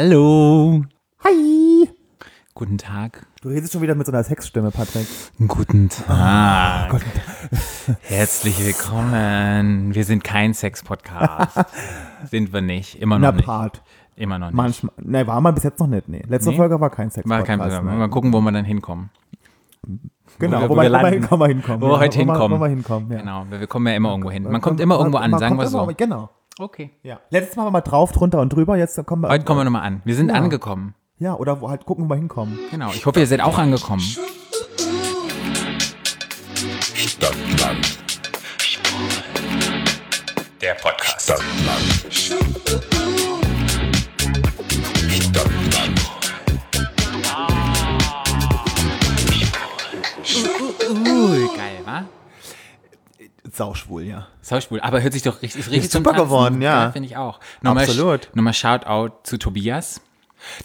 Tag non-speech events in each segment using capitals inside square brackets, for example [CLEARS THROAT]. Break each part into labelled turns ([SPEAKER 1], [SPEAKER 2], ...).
[SPEAKER 1] Hallo.
[SPEAKER 2] Hi!
[SPEAKER 1] Guten Tag.
[SPEAKER 2] Du redest schon wieder mit so einer Sexstimme, Patrick.
[SPEAKER 1] Guten Tag. Ah. Herzlich willkommen. Wir sind kein [LAUGHS] Sex-Podcast. sind wir nicht. Immer noch
[SPEAKER 2] Na,
[SPEAKER 1] nicht.
[SPEAKER 2] Part.
[SPEAKER 1] Immer noch nicht.
[SPEAKER 2] Manchmal. Ne, war mal bis jetzt noch nicht, nee. Letzte
[SPEAKER 1] Nee.
[SPEAKER 2] Folge war kein Sex.
[SPEAKER 1] Mal, kein Problem. Mal gucken, wo wir dann hinkommen.
[SPEAKER 2] Genau,
[SPEAKER 1] wir-
[SPEAKER 2] wo,
[SPEAKER 1] wo
[SPEAKER 2] wir,
[SPEAKER 1] wir landen.
[SPEAKER 2] hinkommen, wo wir hinkommen.
[SPEAKER 1] Wo wir heute
[SPEAKER 2] mal-
[SPEAKER 1] hinkommen.
[SPEAKER 2] Wo wir hinkommen, ja.
[SPEAKER 1] Genau, wir wir kommen ja immer irgendwo hin. Man kommt immer irgendwo an, sagen
[SPEAKER 2] kommt
[SPEAKER 1] wir es so.
[SPEAKER 2] immer- Genau.
[SPEAKER 1] Okay.
[SPEAKER 2] Ja. Letztes Mal waren wir drauf, drunter und drüber, jetzt kommen wir.
[SPEAKER 1] Heute kommen wir nochmal an. Wir sind angekommen.
[SPEAKER 2] ja, oder wo halt gucken, wo wir hinkommen.
[SPEAKER 1] Genau. Ich hoffe, ihr seid auch angekommen.
[SPEAKER 3] Stadtland. Der Podcast. Stadtland. Stadtland.
[SPEAKER 1] Ui, geil, wa?
[SPEAKER 2] Sauschwul, ja.
[SPEAKER 1] Sauschwul, aber hört sich doch richtig, ist richtig
[SPEAKER 2] Ist super
[SPEAKER 1] zum Tanzen.
[SPEAKER 2] geworden, ja.
[SPEAKER 1] Finde ich auch. Nochmal,
[SPEAKER 2] Absolut.
[SPEAKER 1] Nochmal Shoutout zu Tobias.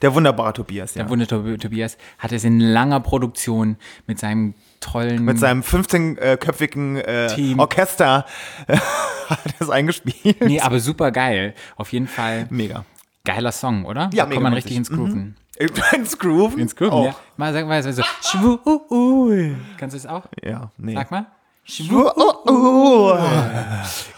[SPEAKER 2] Der wunderbare Tobias, ja.
[SPEAKER 1] Der Wunder Tob- Tobias hat es in langer Produktion mit seinem tollen
[SPEAKER 4] mit seinem 15-köpfigen äh,
[SPEAKER 1] Team.
[SPEAKER 4] Orchester äh, [LAUGHS] hat es eingespielt.
[SPEAKER 1] Nee, aber super geil. Auf jeden Fall
[SPEAKER 4] Mega.
[SPEAKER 1] geiler Song, oder?
[SPEAKER 4] Ja,
[SPEAKER 1] da
[SPEAKER 4] mega
[SPEAKER 1] kommt man
[SPEAKER 4] mäßig.
[SPEAKER 1] richtig ins Grooven.
[SPEAKER 4] Ins Groove.
[SPEAKER 1] Ins Grooven,
[SPEAKER 4] Auch.
[SPEAKER 1] ja. Mal sag mal so
[SPEAKER 2] Uh,
[SPEAKER 1] schwul. Kannst du es auch?
[SPEAKER 4] Ja, nee.
[SPEAKER 1] Sag mal. Schwul.
[SPEAKER 4] Oh, oh, oh.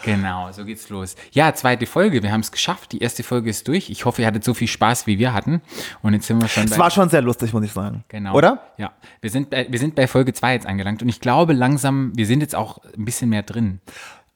[SPEAKER 1] Genau, so geht's los. Ja, zweite Folge, wir haben es geschafft. Die erste Folge ist durch. Ich hoffe, ihr hattet so viel Spaß wie wir hatten und jetzt sind wir schon
[SPEAKER 4] Es
[SPEAKER 1] bei
[SPEAKER 4] war schon sehr lustig, muss ich sagen.
[SPEAKER 1] Genau.
[SPEAKER 4] Oder?
[SPEAKER 1] Ja. Wir sind, bei, wir sind bei Folge 2 jetzt angelangt und ich glaube langsam, wir sind jetzt auch ein bisschen mehr drin.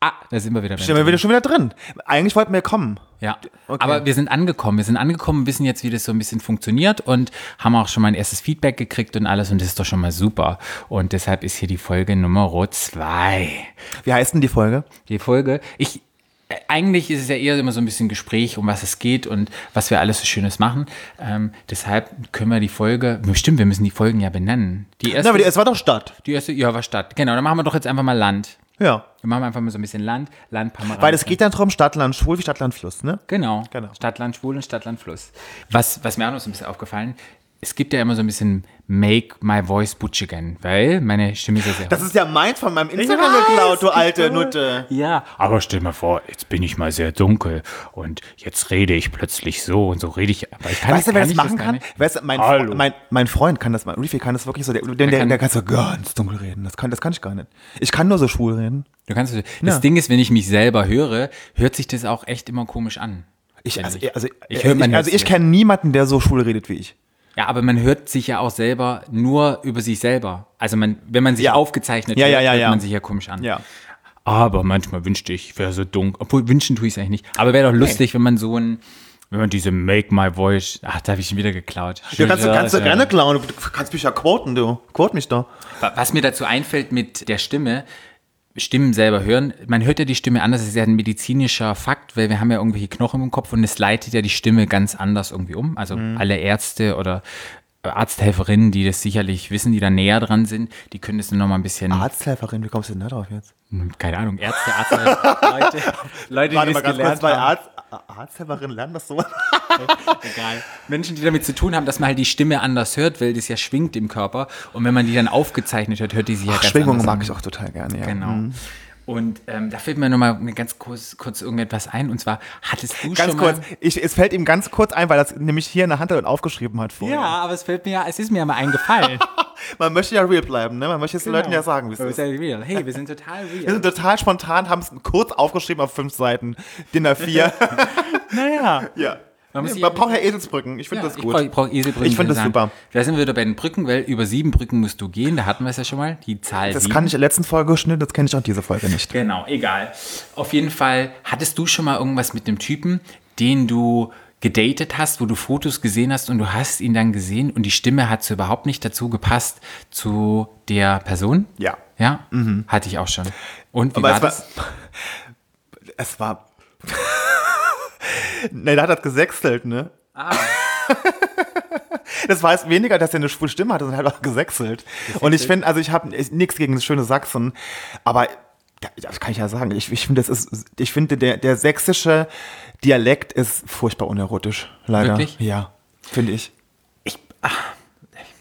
[SPEAKER 1] Ah, da sind wir wieder. beim
[SPEAKER 4] Stehen wir wieder schon wieder drin. Eigentlich wollten wir kommen.
[SPEAKER 1] Ja,
[SPEAKER 4] Okay.
[SPEAKER 1] aber wir sind angekommen. Wir sind angekommen, wissen jetzt, wie das so ein bisschen funktioniert und haben auch schon mal ein erstes Feedback gekriegt und alles und das ist doch schon mal super. Und deshalb ist hier die Folge Nummer 2.
[SPEAKER 4] Wie heißt denn die Folge?
[SPEAKER 1] Die Folge, ich, äh, eigentlich ist es ja eher immer so ein bisschen Gespräch, um was es geht und was wir alles so Schönes machen. Ähm, deshalb können wir die Folge, stimmt, wir müssen die Folgen ja benennen. Die erste,
[SPEAKER 4] Na, aber die- es war doch Stadt.
[SPEAKER 1] die erste ja, war Stadt. Genau, dann machen wir doch jetzt einfach mal Land.
[SPEAKER 4] Ja.
[SPEAKER 1] Dann machen wir einfach mal so ein bisschen Land, Land, Pomeranz.
[SPEAKER 4] Weil es geht dann darum, Stadt, Land, Schwul wie Stadt, Land, Fluss, ne?
[SPEAKER 1] Genau.
[SPEAKER 4] Genau.
[SPEAKER 1] Stadtland schwul und Stadtland Fluss. Was, was mir auch noch so ein bisschen aufgefallen, es gibt ja immer so ein bisschen Make my voice butch again, weil meine Stimme ist ja sehr
[SPEAKER 4] Das ist ja meins von meinem Instagram geklaut, du alte Nutte.
[SPEAKER 1] ja, aber stell mal vor, jetzt bin ich mal sehr dunkel und jetzt rede ich plötzlich so und so rede ich. Aber ich kann,
[SPEAKER 4] Weißt du,
[SPEAKER 1] kann
[SPEAKER 4] wer das
[SPEAKER 1] ich
[SPEAKER 4] machen
[SPEAKER 1] gar
[SPEAKER 4] kann?
[SPEAKER 1] nicht.
[SPEAKER 4] Weißt du, mein,
[SPEAKER 1] Hallo.
[SPEAKER 4] mein, mein Freund kann das mal. Reefy kann das wirklich so. Der, der, der,
[SPEAKER 1] kann-
[SPEAKER 4] der kann so ganz dunkel reden. Das kann, das kann ich gar nicht. Ich kann nur so schwul reden.
[SPEAKER 1] Du kannst, das Ding ist, wenn ich mich selber höre, hört sich das auch echt immer komisch an.
[SPEAKER 4] Ich, also,
[SPEAKER 1] ich.
[SPEAKER 4] also,
[SPEAKER 1] Ich
[SPEAKER 4] ich,
[SPEAKER 1] hör,
[SPEAKER 4] ich,
[SPEAKER 1] man
[SPEAKER 4] also
[SPEAKER 1] hört's
[SPEAKER 4] ich
[SPEAKER 1] nicht.
[SPEAKER 4] kenne niemanden, der so schwul redet wie ich.
[SPEAKER 1] Ja, aber man hört sich ja auch selber nur über sich selber. Also man, wenn man sich
[SPEAKER 4] Ja.
[SPEAKER 1] aufgezeichnet
[SPEAKER 4] Ja,
[SPEAKER 1] hört,
[SPEAKER 4] ja, ja,
[SPEAKER 1] hört
[SPEAKER 4] ja.
[SPEAKER 1] man sich ja komisch an.
[SPEAKER 4] Ja.
[SPEAKER 1] Aber manchmal wünschte ich, ich wäre so dunkel. Obwohl, wünschen tue ich es eigentlich nicht. Aber wäre doch lustig, wenn man so ein, wenn man diese Make My Voice, ach, da habe ich ihn wieder geklaut.
[SPEAKER 4] Du kannst, du kannst du gerne klauen. Du kannst mich ja quoten, du. Quote mich doch.
[SPEAKER 1] Wa- Was mir dazu einfällt mit der Stimme, Stimmen selber hören, man hört ja die Stimme anders, das ist ja ein medizinischer Fakt, weil wir haben ja irgendwelche Knochen im Kopf und es leitet ja die Stimme ganz anders irgendwie um. Also
[SPEAKER 4] Mhm.
[SPEAKER 1] alle Ärzte oder Arzthelferinnen, die das sicherlich wissen, die da näher dran sind, die können das nur noch mal ein bisschen,
[SPEAKER 4] Ah. Arzthelferin, wie kommst du denn da drauf jetzt?
[SPEAKER 1] keine Ahnung, Ärzte, Arzthelfer,
[SPEAKER 4] [LAUGHS]
[SPEAKER 1] Leute, Leute, die das
[SPEAKER 4] Warte mal ganz kurz,
[SPEAKER 1] gelernt
[SPEAKER 4] weil
[SPEAKER 1] haben.
[SPEAKER 4] Arzt, Arzthelferin lernen das so.
[SPEAKER 1] Egal. Menschen, die damit zu tun haben, dass man halt die Stimme anders hört, weil das ja schwingt im Körper und wenn man die dann aufgezeichnet hört, hört die sich ja ganz
[SPEAKER 4] Schwingungen
[SPEAKER 1] anders an.
[SPEAKER 4] mag ich auch total gerne, ja.
[SPEAKER 1] Genau. Und ähm, da fällt mir nochmal ganz kurz, kurz irgendetwas ein. Und zwar, hattest du
[SPEAKER 4] Ganz
[SPEAKER 1] schon
[SPEAKER 4] kurz,
[SPEAKER 1] mal...
[SPEAKER 4] ich, es fällt ihm ganz kurz ein, weil das nämlich hier in der Hand hat und aufgeschrieben hat vorher.
[SPEAKER 1] Ja, aber es fällt mir ja, es ist mir ja mal
[SPEAKER 4] [LAUGHS]
[SPEAKER 1] eingefallen. Genau.
[SPEAKER 4] Man möchte ja real bleiben, ne? Man möchte es den Leuten ja sagen, wie es
[SPEAKER 1] Wir
[SPEAKER 4] ist.
[SPEAKER 1] sind real. Hey, wir sind total
[SPEAKER 4] Wir
[SPEAKER 1] real.
[SPEAKER 4] sind total spontan, haben es kurz aufgeschrieben auf fünf Seiten. DIN A4.
[SPEAKER 1] [LAUGHS] Naja.
[SPEAKER 4] ja.
[SPEAKER 1] Man
[SPEAKER 4] Man,
[SPEAKER 1] muss sich ja-
[SPEAKER 4] braucht ja Eselsbrücken. Ich finde das
[SPEAKER 1] ich
[SPEAKER 4] gut.
[SPEAKER 1] brauche brauch Eselbrücken.
[SPEAKER 4] Ich finde
[SPEAKER 1] kann
[SPEAKER 4] das
[SPEAKER 1] sagen.
[SPEAKER 4] super.
[SPEAKER 1] Da sind wir wieder bei den Brücken, weil über sieben Brücken musst du gehen. Da hatten wir es ja schon mal. Die Zahl
[SPEAKER 4] das
[SPEAKER 1] sieben.
[SPEAKER 4] kann ich in der letzten Folge geschnitten, das kenne ich auch diese Folge nicht.
[SPEAKER 1] Genau, egal. Auf jeden Fall, hattest du schon mal irgendwas mit einem Typen, den du gedatet hast, wo du Fotos gesehen hast und du hast ihn dann gesehen und die Stimme hat so überhaupt nicht dazu gepasst zu der Person?
[SPEAKER 4] Ja. Mhm.
[SPEAKER 1] Ja? Hatte ich auch schon. Und wie
[SPEAKER 4] Aber
[SPEAKER 1] war
[SPEAKER 4] es war,
[SPEAKER 1] das?
[SPEAKER 4] [LAUGHS] es war. ne, da hat das gesextelt, ne?
[SPEAKER 1] Ah.
[SPEAKER 4] [LAUGHS] Das war jetzt weniger, dass er eine schwule Stimme hatte, sondern halt auch gesextelt. Und ich finde, also ich habe nichts gegen das schöne Sachsen, aber ja, das kann ich ja sagen. Ich, ich finde, das ist, ich finde, der, der sächsische Dialekt ist furchtbar unerotisch, leider.
[SPEAKER 1] Wirklich?
[SPEAKER 4] Ja, finde ich.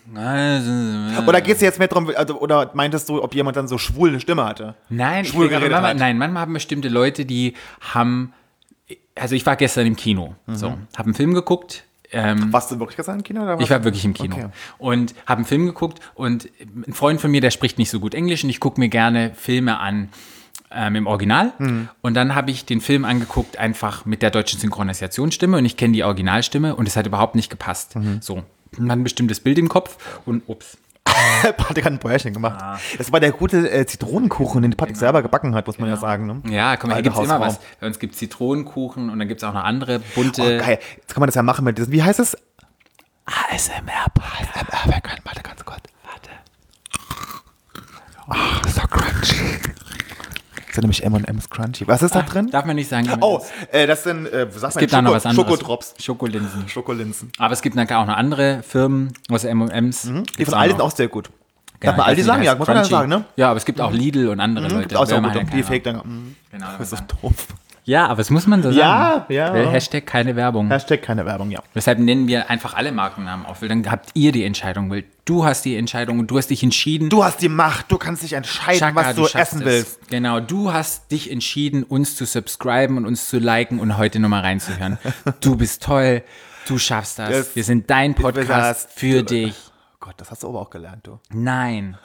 [SPEAKER 1] Nein,
[SPEAKER 4] Oder geht's dir jetzt mehr drum, also, oder meintest du, ob jemand dann so schwul eine Stimme hatte?
[SPEAKER 1] ich
[SPEAKER 4] schwul
[SPEAKER 1] denke, aber
[SPEAKER 4] geredet
[SPEAKER 1] manchmal,
[SPEAKER 4] hat.
[SPEAKER 1] nein, manchmal haben bestimmte
[SPEAKER 4] Mhm.
[SPEAKER 1] Leute, die haben, also ich war gestern im Kino, so, habe einen Film geguckt, ähm,
[SPEAKER 4] Warst du wirklich gerade in Kino? Oder warst
[SPEAKER 1] ich war wirklich im Kino
[SPEAKER 4] Okay.
[SPEAKER 1] und habe einen Film geguckt und ein Freund von mir, der spricht nicht so gut Englisch und ich gucke mir gerne Filme an ähm, im Original
[SPEAKER 4] Hm.
[SPEAKER 1] und dann habe ich den Film angeguckt einfach mit der deutschen Synchronisationsstimme und ich kenne die Originalstimme und es hat überhaupt nicht gepasst.
[SPEAKER 4] Mhm.
[SPEAKER 1] So, man hat ein bestimmtes Bild im Kopf und ups.
[SPEAKER 4] [LAUGHS] Patrick hat ein Päuerchen gemacht. Das war der gute äh, Zitronenkuchen, den Patrick selber gebacken hat, muss man ja sagen. Ne?
[SPEAKER 1] Ja, komm, hier
[SPEAKER 4] Alte
[SPEAKER 1] gibt es immer
[SPEAKER 4] Hausfrau.
[SPEAKER 1] was. Bei uns gibt es Zitronenkuchen und dann gibt es auch noch andere bunte.
[SPEAKER 4] Oh, geil. Jetzt kann man das ja machen mit diesem, wie heißt es? ASMR. ASMR, wir können, warte ganz kurz. Warte. Oh, das ist doch crunchy. Das sind nämlich M&M's crunchy. Was ist
[SPEAKER 1] Ah,
[SPEAKER 4] da drin?
[SPEAKER 1] Darf man nicht sagen.
[SPEAKER 4] Oh, äh, das sind, äh, sag
[SPEAKER 1] es gibt da noch was anderes.
[SPEAKER 4] Schokodrops.
[SPEAKER 1] Schokolinsen.
[SPEAKER 4] Schokolinsen.
[SPEAKER 1] Aber es gibt dann auch noch andere Firmen aus M&M's.
[SPEAKER 4] Mhm. Die von Aldi sind auch sehr gut. Darf man
[SPEAKER 1] ich
[SPEAKER 4] Aldi
[SPEAKER 1] weiß
[SPEAKER 4] sagen?
[SPEAKER 1] nicht,
[SPEAKER 4] Ja,
[SPEAKER 1] heißt
[SPEAKER 4] muss man ja
[SPEAKER 1] Crunchy.
[SPEAKER 4] sagen, ne?
[SPEAKER 1] Ja, aber es gibt auch Lidl und andere Leute.
[SPEAKER 4] Gibt auch sehr
[SPEAKER 1] Wir machen
[SPEAKER 4] gut.
[SPEAKER 1] ja keine
[SPEAKER 4] Die Fake
[SPEAKER 1] Ahnung.
[SPEAKER 4] dann. mm.
[SPEAKER 1] halt Genau,
[SPEAKER 4] [LAUGHS] Das ist
[SPEAKER 1] genau.
[SPEAKER 4] so doof.
[SPEAKER 1] Ja, aber das muss man so
[SPEAKER 4] Ja,
[SPEAKER 1] sagen.
[SPEAKER 4] ja.
[SPEAKER 1] Äh, Hashtag keine Werbung.
[SPEAKER 4] Hashtag keine Werbung, ja.
[SPEAKER 1] Deshalb nennen wir einfach alle Markennamen auf, weil dann habt ihr die Entscheidung, weil du hast die Entscheidung und du hast dich entschieden.
[SPEAKER 4] Du hast die Macht, du kannst dich entscheiden,
[SPEAKER 1] Chaka,
[SPEAKER 4] was du,
[SPEAKER 1] schaffst
[SPEAKER 4] essen
[SPEAKER 1] es.
[SPEAKER 4] willst.
[SPEAKER 1] Genau, du hast dich entschieden, uns zu subscriben und uns zu liken und heute nochmal
[SPEAKER 4] [LAUGHS]
[SPEAKER 1] reinzuhören. du bist toll, du schaffst das.
[SPEAKER 4] Das-
[SPEAKER 1] wir sind dein Podcast
[SPEAKER 4] das-
[SPEAKER 1] für dich.
[SPEAKER 4] Oh Gott, das hast du aber auch gelernt, du. [LAUGHS]
[SPEAKER 1] Nein.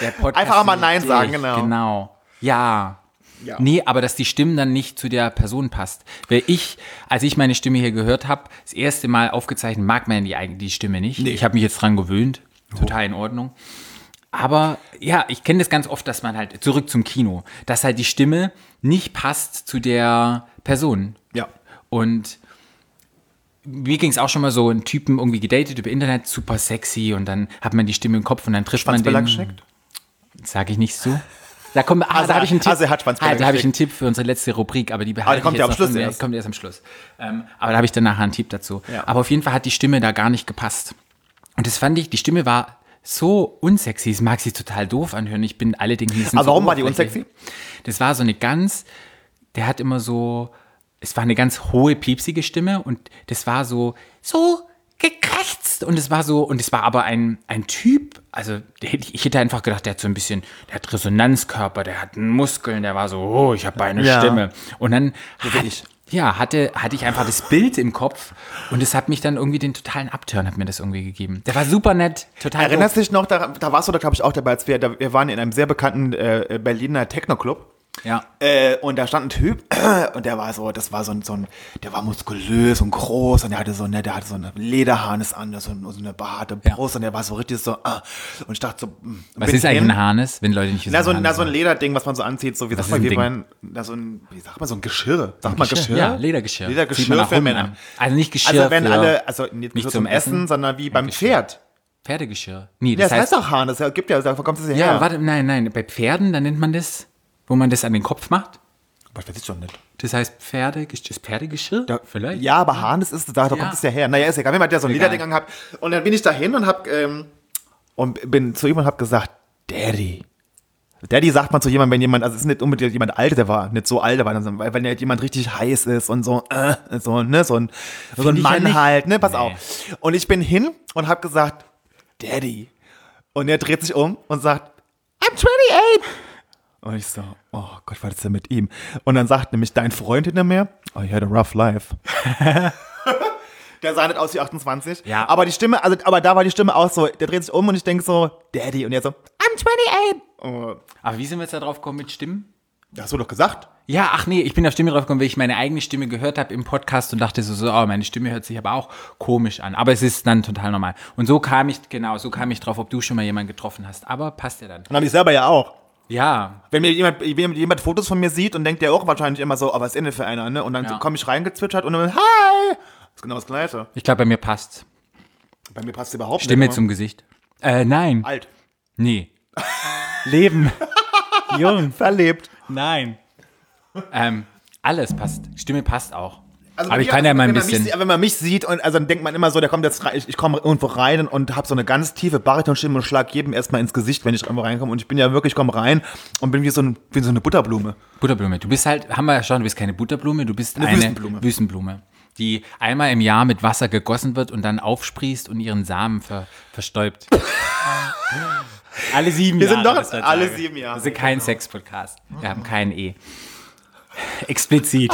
[SPEAKER 1] Der Podcast
[SPEAKER 4] Einfach auch mal
[SPEAKER 1] ist
[SPEAKER 4] Nein
[SPEAKER 1] für
[SPEAKER 4] sagen,
[SPEAKER 1] dich.
[SPEAKER 4] genau.
[SPEAKER 1] Genau. Ja.
[SPEAKER 4] Ja.
[SPEAKER 1] Nee, aber dass die Stimme dann nicht zu der Person passt. Weil ich, als ich meine Stimme hier gehört habe, das erste Mal aufgezeichnet, mag man die, eigen- die Stimme nicht. Ich habe mich jetzt dran gewöhnt.
[SPEAKER 4] Oh.
[SPEAKER 1] Total in Ordnung. Aber ja, ich kenne das ganz oft, dass man halt, zurück zum Kino, dass halt die Stimme nicht passt zu der Person.
[SPEAKER 4] Ja.
[SPEAKER 1] Und mir ging es auch schon mal so, einen Typen irgendwie gedatet über Internet, super sexy und dann hat man die Stimme im Kopf und dann trifft man den.
[SPEAKER 4] Schwanzbelag geschickt?
[SPEAKER 1] Sag ich nichts zu. Da kommen, ah,
[SPEAKER 4] [LAUGHS] Also
[SPEAKER 1] da
[SPEAKER 4] er-
[SPEAKER 1] habe ich einen Tipp.
[SPEAKER 4] also er hat Schwanzbelag
[SPEAKER 1] ah, da habe ich
[SPEAKER 4] geschickt. Ah,
[SPEAKER 1] einen Tipp für unsere letzte Rubrik, aber die behalte
[SPEAKER 4] kommt
[SPEAKER 1] ich
[SPEAKER 4] ja
[SPEAKER 1] jetzt noch
[SPEAKER 4] am Schluss
[SPEAKER 1] von mir.
[SPEAKER 4] erst.
[SPEAKER 1] Kommt erst am Schluss. Ähm, aber da habe ich dann nachher einen Tipp dazu.
[SPEAKER 4] Ja.
[SPEAKER 1] Aber auf jeden Fall hat die Stimme da gar nicht gepasst. Und das fand ich, die Stimme war so unsexy. Es mag sich total doof anhören. Ich bin alle Dinge nicht
[SPEAKER 4] Aber warum war die unsexy?
[SPEAKER 1] Das war so eine ganz, der hat immer so, es war eine ganz hohe, piepsige Stimme und das war so, so gekrächzt und es war so, und es war aber ein, ein Typ, also der hätte- ich hätte einfach gedacht, der hat so ein bisschen, der hat Resonanzkörper, der hat Muskeln, der war so, oh, ich habe eine
[SPEAKER 4] Ja.
[SPEAKER 1] Stimme. Und dann
[SPEAKER 4] bin
[SPEAKER 1] hat,
[SPEAKER 4] ich.
[SPEAKER 1] ja, hatte, hatte ich einfach das Bild im Kopf und es hat mich dann irgendwie den totalen Abturn hat mir das irgendwie gegeben. Der war super nett, total
[SPEAKER 4] Erinnerst du dich noch, da, da warst du da, glaube ich, auch dabei, als wir, da, wir waren in einem sehr bekannten äh, Berliner Techno-Club.
[SPEAKER 1] doof. Ja.
[SPEAKER 4] Äh, und da stand ein Typ [CLEARS THROAT] und der war so, das war so ein, so ein der war muskulös und groß und der hatte so, ne, der hatte so eine Lederharnis an, so, ein- so eine behaarte Brust und der war so richtig so, ah, und ich dachte so, hm,
[SPEAKER 1] Was
[SPEAKER 4] bin
[SPEAKER 1] ist
[SPEAKER 4] ich
[SPEAKER 1] eigentlich
[SPEAKER 4] hin?
[SPEAKER 1] ein Harnis, wenn Leute nicht wissen?
[SPEAKER 4] Na, so,
[SPEAKER 1] was
[SPEAKER 4] ein-
[SPEAKER 1] ein
[SPEAKER 4] na,
[SPEAKER 1] Harness
[SPEAKER 4] so ein Lederding, was man so anzieht, so wie sagt
[SPEAKER 1] ist
[SPEAKER 4] man,
[SPEAKER 1] ein
[SPEAKER 4] wie
[SPEAKER 1] Ding?
[SPEAKER 4] man, na, so ein, wie sagt man, so ein Geschirr. Sagt man Geschirr?
[SPEAKER 1] Ja, Ledergeschirr. Sieht
[SPEAKER 4] Ledergeschirr
[SPEAKER 1] man auch
[SPEAKER 4] für
[SPEAKER 1] rum
[SPEAKER 4] Männer.
[SPEAKER 1] an. Also nicht Geschirr
[SPEAKER 4] Also wenn
[SPEAKER 1] für-
[SPEAKER 4] alle, also
[SPEAKER 1] nicht
[SPEAKER 4] nicht, nur
[SPEAKER 1] zum
[SPEAKER 4] zum Essen,
[SPEAKER 1] Essen,
[SPEAKER 4] sondern wie beim
[SPEAKER 1] Geschirr.
[SPEAKER 4] Pferd.
[SPEAKER 1] Pferdegeschirr. Nee,
[SPEAKER 4] Ja,
[SPEAKER 1] das,
[SPEAKER 4] das heißt
[SPEAKER 1] heißt,
[SPEAKER 4] doch Hahn, das gibt ja, davon kommt das ja,
[SPEAKER 1] ja,
[SPEAKER 4] her.
[SPEAKER 1] warte, nein, nein, bei Pferden, dann nennt man das, wo man das an den Kopf macht.
[SPEAKER 4] Aber ich weiß es schon nicht.
[SPEAKER 1] Das heißt Pferde, ist das Pferdegeschirr? Vielleicht?
[SPEAKER 4] Ja, aber Hahn, das ist, da da kommt es ja her. Naja, ist egal, wenn man der so einen
[SPEAKER 1] Egal.
[SPEAKER 4] Lederding angehabt. Und dann bin ich dahin und hab, ähm, und bin zu ihm und hab gesagt, Daddy. Daddy sagt man zu jemandem, wenn jemand, also es ist nicht unbedingt jemand alt, der war, nicht so alt, der war, sondern weil wenn halt jemand richtig heiß ist und so, äh, so, ne, so ein, so ein
[SPEAKER 1] ich
[SPEAKER 4] Mann
[SPEAKER 1] ja nicht.
[SPEAKER 4] halt, ne, pass
[SPEAKER 1] Nee.
[SPEAKER 4] auf. Und ich bin hin und hab gesagt, Daddy. Und er dreht sich um und sagt, I'm 28. Und ich so, oh Gott, was ist denn mit ihm? Und dann sagt nämlich dein Freund hinter mir, oh, you had a rough life. [LAUGHS] der sah nicht aus wie 28.
[SPEAKER 1] Ja.
[SPEAKER 4] Aber die Stimme, also, aber da war die Stimme auch so, der dreht sich um und ich denke so, Daddy. Und er so, I'm 28. Oh,
[SPEAKER 1] Aber wie sind wir jetzt da drauf gekommen mit Stimmen?
[SPEAKER 4] das hast du doch gesagt.
[SPEAKER 1] Ja, ach nee, ich bin auf Stimme drauf gekommen, weil ich meine eigene Stimme gehört habe im Podcast und dachte so, so, oh, meine Stimme hört sich aber auch komisch an. Aber es ist dann total normal. Und so kam ich, genau, so kam ich drauf, ob du schon mal jemanden getroffen hast. Aber passt ja dann.
[SPEAKER 4] Und habe ich selber ja auch.
[SPEAKER 1] Ja,
[SPEAKER 4] Wenn mir jemand, wenn jemand Fotos von mir sieht und denkt ja auch wahrscheinlich immer so, aber was ist denn das für einer, ne? Und dann
[SPEAKER 1] Ja.
[SPEAKER 4] komme ich reingezwitschert und dann, hi! ist genau das Gleiche.
[SPEAKER 1] ich glaube, bei mir passt
[SPEAKER 4] Bei mir passt es überhaupt
[SPEAKER 1] Stimme
[SPEAKER 4] nicht.
[SPEAKER 1] zum Gesicht. Äh, nein.
[SPEAKER 4] Alt.
[SPEAKER 1] Nee.
[SPEAKER 4] [LAUGHS]
[SPEAKER 1] Leben. Jung.
[SPEAKER 4] Verlebt.
[SPEAKER 1] Nein. Ähm, alles passt. Stimme passt auch.
[SPEAKER 4] Also
[SPEAKER 1] aber
[SPEAKER 4] bei
[SPEAKER 1] ich
[SPEAKER 4] mir,
[SPEAKER 1] kann ja
[SPEAKER 4] also
[SPEAKER 1] mal ein
[SPEAKER 4] wenn man mich
[SPEAKER 1] bisschen.
[SPEAKER 4] sieht- Wenn man mich sieht, und, also dann denkt man immer so, der kommt jetzt rein, ich, ich komme irgendwo rein und habe so eine ganz tiefe Baritonstimme und schlag jedem erstmal ins Gesicht, wenn ich irgendwo reinkomme. Und ich bin ja wirklich, komme rein und bin wie so, ein, wie so eine Butterblume.
[SPEAKER 1] Butterblume. Du bist halt, haben wir ja schon, du bist keine Butterblume, du bist eine,
[SPEAKER 4] Wüstenblume.
[SPEAKER 1] Wüstenblume, die einmal im Jahr mit Wasser gegossen wird und dann aufsprießt und ihren Samen ver, verstäubt. alle sieben
[SPEAKER 4] Wir
[SPEAKER 1] Jahre.
[SPEAKER 4] sind doch
[SPEAKER 1] ist der
[SPEAKER 4] alle
[SPEAKER 1] Tage.
[SPEAKER 4] sieben Jahre, Genau.
[SPEAKER 1] Wir sind kein Sex-Podcast. Wir haben keinen E. Explizit.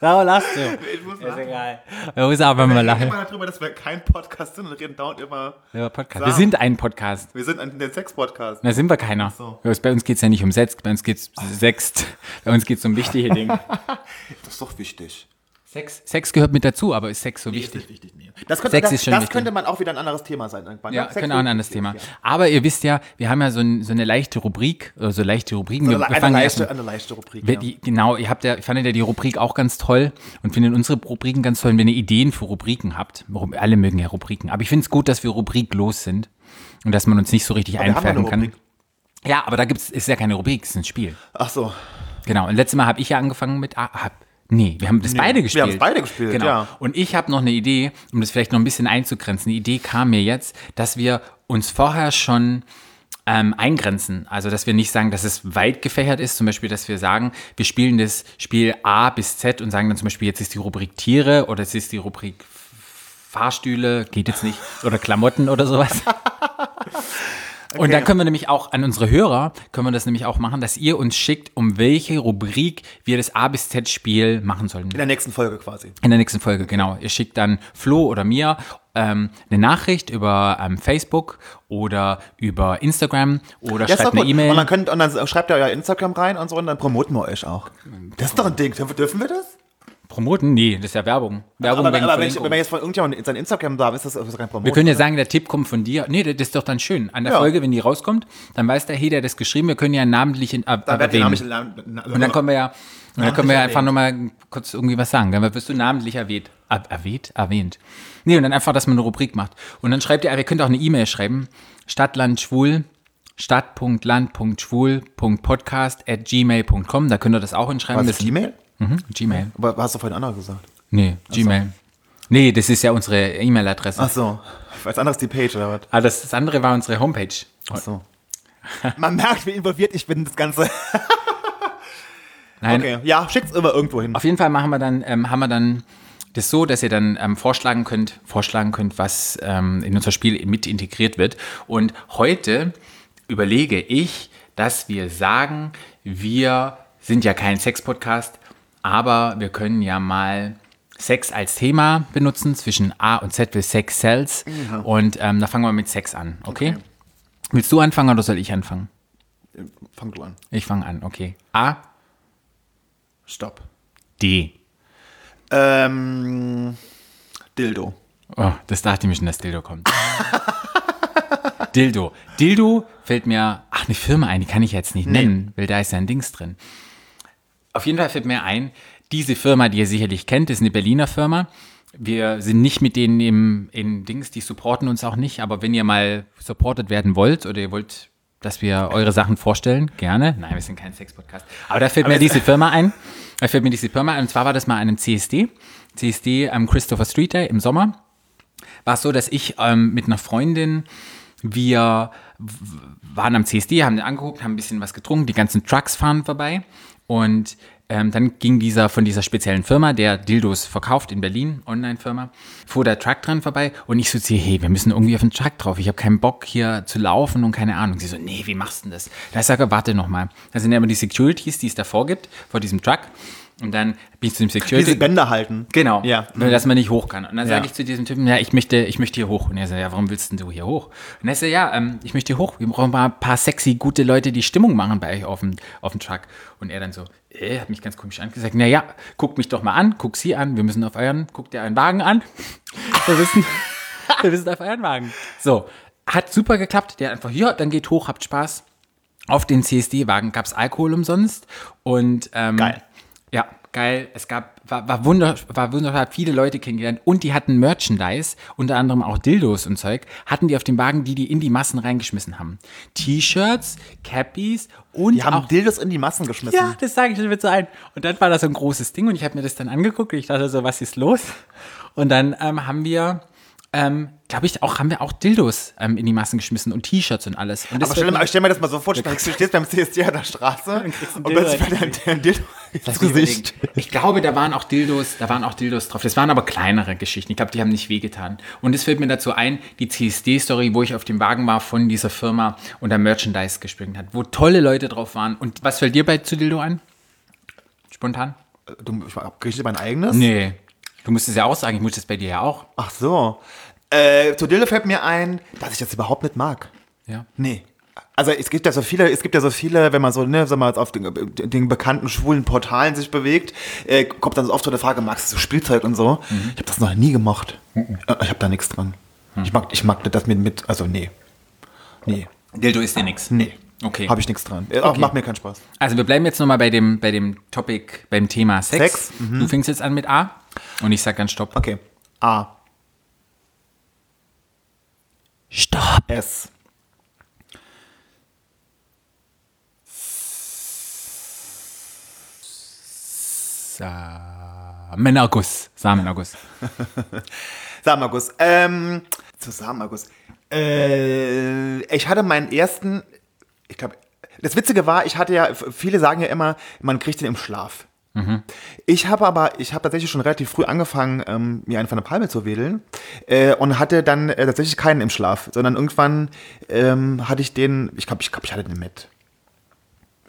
[SPEAKER 1] Warum lachst du? Ist egal. Man muss aber mal
[SPEAKER 4] Ich
[SPEAKER 1] lachen.
[SPEAKER 4] immer darüber, dass wir kein Podcast sind und reden dauernd immer.
[SPEAKER 1] Ja, Podcast. Wir sind ein Podcast.
[SPEAKER 4] Wir sind ein der Sex-Podcast.
[SPEAKER 1] Na, sind wir keiner. Ja, Bei uns geht's ja nicht um Sex, bei uns geht's Sext. Bei uns geht's um wichtige
[SPEAKER 4] [LAUGHS]
[SPEAKER 1] Dinge.
[SPEAKER 4] Das ist doch wichtig.
[SPEAKER 1] Sex, Sex gehört mit dazu, aber ist Sex so
[SPEAKER 4] Ist
[SPEAKER 1] wichtig?
[SPEAKER 4] nicht wichtig, nee. Das könnte,
[SPEAKER 1] Sex
[SPEAKER 4] das,
[SPEAKER 1] ist schon
[SPEAKER 4] das
[SPEAKER 1] wichtig.
[SPEAKER 4] könnte man auch wieder ein anderes Thema sein. irgendwann,
[SPEAKER 1] Ja,
[SPEAKER 4] ne? Sex
[SPEAKER 1] können auch ein
[SPEAKER 4] ist
[SPEAKER 1] anderes
[SPEAKER 4] wichtig,
[SPEAKER 1] Thema.
[SPEAKER 4] ja.
[SPEAKER 1] Aber ihr wisst ja, wir haben ja so, ein, so eine leichte Rubrik, oder so leichte Rubriken. wir,
[SPEAKER 4] Also Eine,
[SPEAKER 1] wir
[SPEAKER 4] eine,
[SPEAKER 1] fangen
[SPEAKER 4] leichte,
[SPEAKER 1] erst mal-
[SPEAKER 4] eine leichte Rubrik.
[SPEAKER 1] Wer
[SPEAKER 4] ja.
[SPEAKER 1] die, genau, ihr habt ja, ich fandet ja die Rubrik auch ganz toll und findet unsere Rubriken ganz toll, wenn ihr Ideen für Rubriken habt. Warum- Alle mögen ja Rubriken. Aber ich finde es gut, dass wir rubriklos sind und dass man uns nicht so richtig
[SPEAKER 4] wir haben
[SPEAKER 1] einfärben
[SPEAKER 4] eine
[SPEAKER 1] kann.
[SPEAKER 4] Rubrik.
[SPEAKER 1] Ja, aber da gibt's, ist ja keine Rubrik, ist ein Spiel.
[SPEAKER 4] Ach so.
[SPEAKER 1] Genau. Und letztes Mal habe ich ja angefangen mit. Ah, hab, nee, wir haben das beide gespielt.
[SPEAKER 4] haben's beide gespielt,
[SPEAKER 1] genau.
[SPEAKER 4] ja.
[SPEAKER 1] Und ich habe noch eine Idee, um das vielleicht noch ein bisschen einzugrenzen. Die Idee kam mir jetzt, dass wir uns vorher schon ähm, eingrenzen. Also, dass wir nicht sagen, dass es weit gefächert ist. Zum Beispiel, dass wir sagen, wir spielen das Spiel A bis Z und sagen dann zum Beispiel, jetzt ist die Rubrik Tiere oder jetzt ist die Rubrik Fahrstühle, geht jetzt nicht, oder Klamotten oder
[SPEAKER 4] [LAUGHS]
[SPEAKER 1] sowas. Und dann können wir nämlich auch an unsere Hörer, können wir das nämlich auch machen, dass ihr uns schickt, um welche Rubrik wir das A bis Z Spiel machen sollen.
[SPEAKER 4] In der nächsten Folge quasi.
[SPEAKER 1] In der nächsten Folge, genau. Ihr schickt dann Flo oder mir ähm, eine Nachricht über ähm, Facebook oder über Instagram oder
[SPEAKER 4] Ja, ist
[SPEAKER 1] schreibt
[SPEAKER 4] doch
[SPEAKER 1] eine
[SPEAKER 4] gut. Und dann,
[SPEAKER 1] E-Mail.
[SPEAKER 4] könnt, und dann schreibt ihr euer Instagram rein und so und dann promoten wir euch auch. Das ist doch ein Ding. Dürfen- Dürfen wir das?
[SPEAKER 1] Promoten? Nee, das ist ja Werbung. Werbung
[SPEAKER 4] aber
[SPEAKER 1] wegen
[SPEAKER 4] aber wenn, ich,
[SPEAKER 1] Verlinkung.
[SPEAKER 4] wenn man jetzt von irgendjemandem sein Instagram darf, ist das, ist das kein Promoten.
[SPEAKER 1] Wir können ja sagen, der Tipp kommt von dir. Nee, das ist doch dann schön. An der
[SPEAKER 4] Ja.
[SPEAKER 1] Folge, wenn die rauskommt, dann weiß der, hey, der hat das geschrieben, wir können ja namentlich in, äh,
[SPEAKER 4] Dann werden die
[SPEAKER 1] erwähnen.
[SPEAKER 4] Namen- na- na-
[SPEAKER 1] Und dann kommen wir ja, und dann können wir ja einfach
[SPEAKER 4] erwähnt.
[SPEAKER 1] nochmal kurz irgendwie was sagen. Dann wirst du namentlich erwähnt. Er, erwähnt? Erwähnt. Nee, und dann einfach, dass man eine Rubrik macht. Und dann schreibt ihr, ihr könnt auch eine E-Mail schreiben. Stadtland schwul, stadt.land.schwul.podcast at gmail.com. Da könnt ihr das auch hinschreiben.
[SPEAKER 4] Was,
[SPEAKER 1] Das-
[SPEAKER 4] Gmail?
[SPEAKER 1] Mhm, Gmail.
[SPEAKER 4] Aber hast du vorhin anders gesagt?
[SPEAKER 1] Nee, Gmail. Nee, das ist ja unsere E-Mail-Adresse.
[SPEAKER 4] Ach so. Als anderes die Page oder was?
[SPEAKER 1] Ah, das, das andere war unsere Homepage. [LAUGHS]
[SPEAKER 4] Ach so. Man merkt, wie involviert ich bin in das Ganze.
[SPEAKER 1] Nein,
[SPEAKER 4] Okay. Ja, schickt's immer irgendwo hin.
[SPEAKER 1] Auf jeden Fall machen wir dann, ähm, haben wir dann das so, dass ihr dann ähm, vorschlagen könnt, vorschlagen könnt, was ähm, in unser Spiel mit integriert wird. Und heute überlege ich, dass wir sagen, wir sind ja kein Sex-Podcast, aber wir können ja mal Sex als Thema benutzen. Zwischen A und Z will Sex Sells. Und ähm, da fangen wir mit Sex an, okay? Willst du anfangen oder soll ich anfangen?
[SPEAKER 4] Fang du an.
[SPEAKER 1] Ich fange an, okay. A,
[SPEAKER 4] Stopp.
[SPEAKER 1] D.
[SPEAKER 4] Ähm, Dildo.
[SPEAKER 1] Oh, das dachte ich mir schon, dass Dildo kommt. [LAUGHS] Dildo. Dildo fällt mir, ach, eine Firma ein, die kann ich jetzt nicht nennen, weil da ist ja ein Dings drin. Auf jeden Fall fällt mir ein, diese Firma, die ihr sicherlich kennt, ist eine Berliner Firma. Wir sind nicht mit denen im, in Dings, die supporten uns auch nicht, aber wenn ihr mal supported werden wollt oder ihr wollt, dass wir eure Sachen vorstellen, gerne. Nein, wir sind kein Sex-Podcast. Aber da fällt mir diese Firma ein. Da fällt mir diese Firma ein. Und zwar war das mal an einem CSD. CSD am Christopher Street Day im Sommer war es so, dass ich ähm, mit einer Freundin, wir w- waren am CSD, haben den angeguckt, haben ein bisschen was getrunken, die ganzen Trucks fahren vorbei und ähm, dann ging dieser von dieser speziellen Firma, der Dildos verkauft in Berlin, Online-Firma, fuhr der Truck dran vorbei und ich so zu ihr, hey, wir müssen irgendwie auf den Truck drauf, ich habe keinen Bock hier zu laufen und keine Ahnung. Sie so, nee, wie machst du denn das? Da ich sage, warte nochmal. Da sind ja immer die Securities, die es davor gibt, vor diesem Truck. Und dann bin ich zu dem Security.
[SPEAKER 4] Diese Bänder halten.
[SPEAKER 1] Genau.
[SPEAKER 4] Ja.
[SPEAKER 1] Nur, Dass man nicht hoch kann. Und dann
[SPEAKER 4] Ja.
[SPEAKER 1] sage ich zu diesem Typen, ja, ich möchte, ich möchte hier hoch. Und er sagt, ja, warum willst denn du hier hoch? Und er sagt, ja, ähm, ich möchte hier hoch. Wir brauchen mal ein paar sexy, gute Leute, die Stimmung machen bei euch auf dem, auf dem Truck. Und er dann so, äh, hat mich ganz komisch angesagt, na ja, guck mich doch mal an, guck sie an, wir müssen auf euren, guck dir einen Wagen an. [LAUGHS] Wir wissen, wir wissen auf euren Wagen. So. Hat super geklappt. Der einfach, ja, dann geht hoch, habt Spaß. Auf den CSD-Wagen gab es Alkohol umsonst und ähm,
[SPEAKER 4] Geil.
[SPEAKER 1] Ja, geil. Es gab war, war wunder war wunderbar, hab viele Leute kennengelernt und die hatten Merchandise, unter anderem auch Dildos und Zeug, hatten die auf dem Wagen, die die in die Massen reingeschmissen haben. T-Shirts, Cappies und
[SPEAKER 4] Die haben
[SPEAKER 1] auch
[SPEAKER 4] Dildos in die Massen geschmissen.
[SPEAKER 1] ja, das sage ich schon mit so ein. Und dann war das so ein großes Ding und ich habe mir das dann angeguckt und ich dachte so, was ist los? Und dann ähm, haben wir, ähm, glaube ich, auch haben wir auch Dildos ähm, in die Massen geschmissen und T-Shirts und alles. Und das
[SPEAKER 4] Aber stell
[SPEAKER 1] wird-
[SPEAKER 4] dir, mal, stell mir das mal so vor, du stehst beim CSD an der Straße
[SPEAKER 1] kriegst einen
[SPEAKER 4] und
[SPEAKER 1] Dildo
[SPEAKER 4] plötzlich
[SPEAKER 1] in die
[SPEAKER 4] fällt dir ein Dildo ins
[SPEAKER 1] Lass mich
[SPEAKER 4] Gesicht.
[SPEAKER 1] überlegen. Ich glaube, da waren auch Dildos, da waren auch Dildos drauf. Das waren aber kleinere Geschichten. Ich glaube, die haben nicht wehgetan. Und es fällt mir dazu ein, die CSD-Story, wo ich auf dem Wagen war von dieser Firma und da Merchandise gespringt hat, wo tolle Leute drauf waren. Und was fällt dir bei zu Dildo ein? Spontan?
[SPEAKER 4] Äh, Du, ich habe ich mein eigenes?
[SPEAKER 1] Nee. Du müsstest ja auch sagen, ich muss das bei dir ja auch.
[SPEAKER 4] Ach so. Äh, zu Dille fällt mir ein, dass ich das überhaupt nicht mag.
[SPEAKER 1] Ja.
[SPEAKER 4] Nee. Also es gibt ja so viele, es gibt ja so viele, wenn man so, ne, sag mal, jetzt auf den, den bekannten schwulen Portalen sich bewegt, äh, kommt dann so oft so eine Frage, magst du so Spielzeug und so?
[SPEAKER 1] Mhm.
[SPEAKER 4] Ich habe das noch nie gemocht. Äh, Ich habe da nichts dran. Ich mag, ich mag das mit, mit, also nee. Nee.
[SPEAKER 1] Dildo ist dir nichts.
[SPEAKER 4] Nee.
[SPEAKER 1] Okay.
[SPEAKER 4] Habe ich nichts dran. Äh, Auch macht mir keinen Spaß.
[SPEAKER 1] Also wir bleiben jetzt nochmal bei dem, bei dem Topic, beim Thema Sex. Mhm.
[SPEAKER 4] Sex,
[SPEAKER 1] Du fängst jetzt an mit A und ich sag ganz Stopp.
[SPEAKER 4] Okay. A.
[SPEAKER 1] Stopp.
[SPEAKER 4] S.
[SPEAKER 1] Menerguss. Samenerguss.
[SPEAKER 4] Samagus. Ähm, zu Samagus. Äh, ich hatte meinen ersten, ich glaube, das Witzige war, ich hatte ja, viele sagen ja immer, man kriegt den im Schlaf. Ich habe aber, ich habe tatsächlich schon relativ früh angefangen, ähm, mir einen von der Palme zu wedeln äh, und hatte dann äh, tatsächlich keinen im Schlaf, sondern irgendwann ähm, hatte ich den, ich glaube, ich, glaub, ich hatte den mit.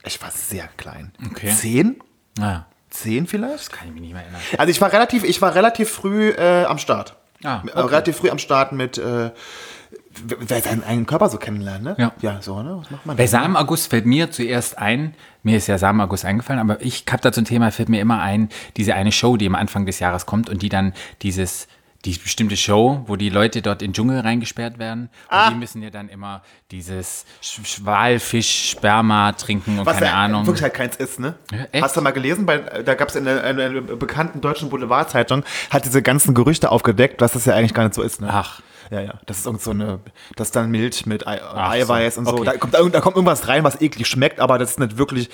[SPEAKER 4] Ich war sehr klein.
[SPEAKER 1] Okay.
[SPEAKER 4] Zehn?
[SPEAKER 1] Ah,
[SPEAKER 4] Zehn vielleicht?
[SPEAKER 1] kann ich mich nicht mehr erinnern.
[SPEAKER 4] Also ich war relativ, ich war relativ früh äh, am Start.
[SPEAKER 1] Ah,
[SPEAKER 4] Äh,
[SPEAKER 1] okay.
[SPEAKER 4] Relativ früh am Start mit, äh, wer- wer seinen eigenen Körper so kennenlernt, ne?
[SPEAKER 1] Ja.
[SPEAKER 4] Ja, so, ne? Was macht man?
[SPEAKER 1] Bei Samenerguss fällt mir zuerst ein, mir ist ja Samenerguss eingefallen, aber ich habe da zum Thema, fällt mir immer ein, diese eine Show, die am Anfang des Jahres kommt und die dann dieses, die bestimmte Show, wo die Leute dort in den Dschungel reingesperrt werden und
[SPEAKER 4] Ah.
[SPEAKER 1] die müssen ja dann immer dieses Sch- Schwalfisch, Sperma trinken und
[SPEAKER 4] was
[SPEAKER 1] keine
[SPEAKER 4] ja
[SPEAKER 1] Ahnung.
[SPEAKER 4] wirklich halt keins ist, ne?
[SPEAKER 1] Ja, echt?
[SPEAKER 4] Hast du mal gelesen? Bei, da gab es in einer, einer bekannten deutschen Boulevardzeitung, hat diese ganzen Gerüchte aufgedeckt, dass das ja eigentlich gar nicht so ist, ne?
[SPEAKER 1] Ach.
[SPEAKER 4] Ja, ja. Das ist irgend so eine, das ist dann Milch mit Ei,
[SPEAKER 1] so.
[SPEAKER 4] Eiweiß und so.
[SPEAKER 1] Okay.
[SPEAKER 4] Da, kommt, da kommt irgendwas rein, was eklig schmeckt, aber das ist nicht wirklich,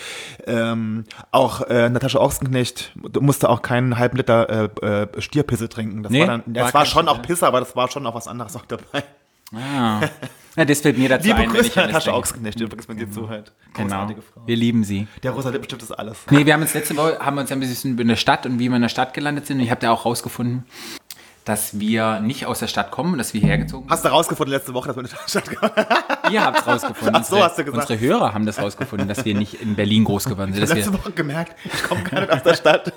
[SPEAKER 4] ähm, auch äh, Natascha Ochsenknecht musste auch keinen halben Liter äh, äh, Stierpisse trinken. Das
[SPEAKER 1] Nee,
[SPEAKER 4] war dann,
[SPEAKER 1] war
[SPEAKER 4] das war,
[SPEAKER 1] kein
[SPEAKER 4] schon
[SPEAKER 1] Stierpisse.
[SPEAKER 4] auch Pisse, aber das war schon auch was anderes auch dabei.
[SPEAKER 1] Ah. Ja, das fällt mir dazu
[SPEAKER 4] Liebe
[SPEAKER 1] ein, wenn ich
[SPEAKER 4] Grüße,
[SPEAKER 1] an das
[SPEAKER 4] Natascha
[SPEAKER 1] denke.
[SPEAKER 4] Ochsenknecht, übrigens, wenn sie zuhört.
[SPEAKER 1] Mhm. Genau.
[SPEAKER 4] Großartige Frau.
[SPEAKER 1] Wir lieben sie.
[SPEAKER 4] Der rosa Lippenstift ist alles.
[SPEAKER 1] Nee, wir haben uns letzte Woche haben wir uns ja ein bisschen über eine Stadt und wie wir in der Stadt gelandet sind. Und ich habe da auch rausgefunden, dass wir nicht aus der Stadt kommen, dass wir hergezogen
[SPEAKER 4] Hast du rausgefunden letzte Woche, dass wir in der Stadt waren?
[SPEAKER 1] Ihr habt es rausgefunden.
[SPEAKER 4] Ach so,
[SPEAKER 1] Unsere-
[SPEAKER 4] hast du gesagt.
[SPEAKER 1] Unsere Hörer haben das rausgefunden, dass wir nicht in Berlin groß geworden sind. Dass
[SPEAKER 4] Letzte
[SPEAKER 1] wir,
[SPEAKER 4] Woche gemerkt, ich komme gar nicht
[SPEAKER 1] [LAUGHS]
[SPEAKER 4] aus der Stadt.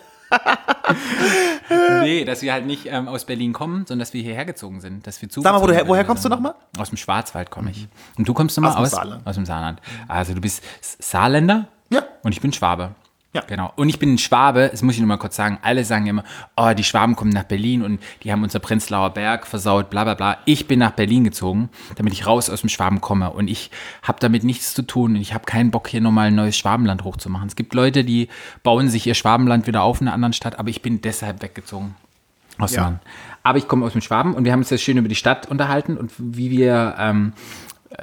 [SPEAKER 1] nee, dass wir halt nicht ähm, aus Berlin kommen, sondern dass wir hierher gezogen sind. Dass wir
[SPEAKER 4] Sag mal, wo du her-
[SPEAKER 1] zugezogen
[SPEAKER 4] woher
[SPEAKER 1] sind.
[SPEAKER 4] kommst du nochmal?
[SPEAKER 1] Aus dem Schwarzwald komme ich. Und du kommst nochmal
[SPEAKER 4] Aus dem
[SPEAKER 1] aus,
[SPEAKER 4] Saarland.
[SPEAKER 1] aus dem Saarland. Also du bist S- Saarländer?
[SPEAKER 4] Ja.
[SPEAKER 1] Und ich bin Schwabe.
[SPEAKER 4] Ja.
[SPEAKER 1] Genau. Und ich bin ein Schwabe, das muss ich nur mal kurz sagen. Alle sagen immer, oh, die Schwaben kommen nach Berlin und die haben unser Prenzlauer Berg versaut, bla bla bla. Ich bin nach Berlin gezogen, damit ich raus aus dem Schwaben komme. Und ich habe damit nichts zu tun und ich habe keinen Bock, hier nochmal ein neues Schwabenland hochzumachen. Es gibt Leute, die bauen sich ihr Schwabenland wieder auf in einer anderen Stadt, aber ich bin deshalb weggezogen. Aus Mann. Aber ich komme aus dem Schwaben und wir haben uns jetzt schön über die Stadt unterhalten und wie wir ähm,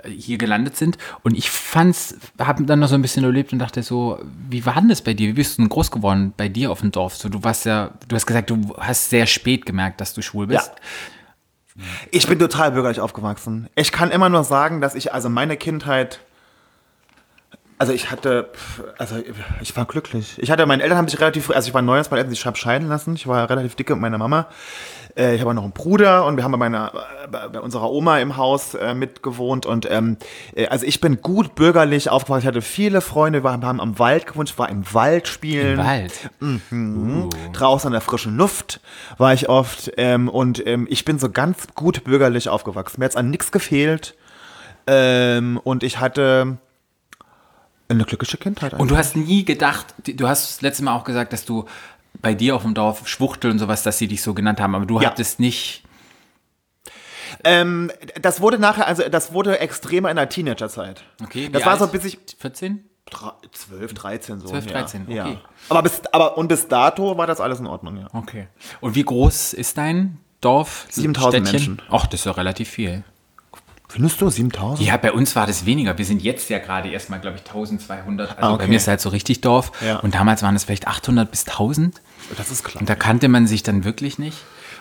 [SPEAKER 1] hier gelandet sind. Und ich fand's, habe dann noch so ein bisschen erlebt und dachte so, wie war denn das bei dir? Wie bist du denn groß geworden bei dir auf dem Dorf? So, du warst ja, du hast gesagt, du hast sehr spät gemerkt, dass du schwul bist.
[SPEAKER 4] Ich bin total bürgerlich aufgewachsen. Ich kann immer nur sagen, dass ich, also meine Kindheit, also ich hatte, pf, also ich war glücklich. Ich hatte, meine Eltern haben sich relativ früh, also ich war neues, meine Eltern sich scheiden lassen. Ich war relativ dicke mit meiner Mama. Äh, Ich habe auch noch einen Bruder und wir haben bei meiner, bei- bei unserer Oma im Haus äh, mitgewohnt und ähm, äh, also ich bin gut bürgerlich aufgewachsen. Ich hatte viele Freunde, wir haben haben am Wald gewohnt, ich war im Wald spielen.
[SPEAKER 1] Im Wald.
[SPEAKER 4] Draußen an der frischen Luft war ich oft ähm, und ähm, ich bin so ganz gut bürgerlich aufgewachsen. Mir hat's an nichts gefehlt ähm, und ich hatte eine glückliche Kindheit.
[SPEAKER 1] Und du hast nie gedacht, du hast das letzte Mal auch gesagt, dass du bei dir auf dem Dorf Schwuchtel und sowas, dass sie dich so genannt haben, aber du
[SPEAKER 4] Ja.
[SPEAKER 1] hattest nicht.
[SPEAKER 4] ähm, das wurde nachher, also das wurde extremer in der Teenagerzeit.
[SPEAKER 1] Okay, wie
[SPEAKER 4] das war so
[SPEAKER 1] alt?
[SPEAKER 4] bis ich
[SPEAKER 1] 14?
[SPEAKER 4] dra- 12, 13 so.
[SPEAKER 1] 12, 13,
[SPEAKER 4] ja.
[SPEAKER 1] okay.
[SPEAKER 4] Ja. Aber bis, aber und bis dato war das alles in Ordnung, ja.
[SPEAKER 1] Okay. Und wie groß ist dein Dorf?
[SPEAKER 4] 7000
[SPEAKER 1] Städtchen?
[SPEAKER 4] Menschen.
[SPEAKER 1] Ach, das ist ja relativ viel.
[SPEAKER 4] Findest du 7000?
[SPEAKER 1] Ja, bei uns war das weniger. Wir sind jetzt ja gerade erstmal, glaube ich, 1200. Also
[SPEAKER 4] Ah, okay.
[SPEAKER 1] bei mir ist halt so richtig Dorf.
[SPEAKER 4] Ja.
[SPEAKER 1] Und damals waren es vielleicht 800 bis 1000.
[SPEAKER 4] Das ist klar.
[SPEAKER 1] Und da kannte man sich dann wirklich nicht.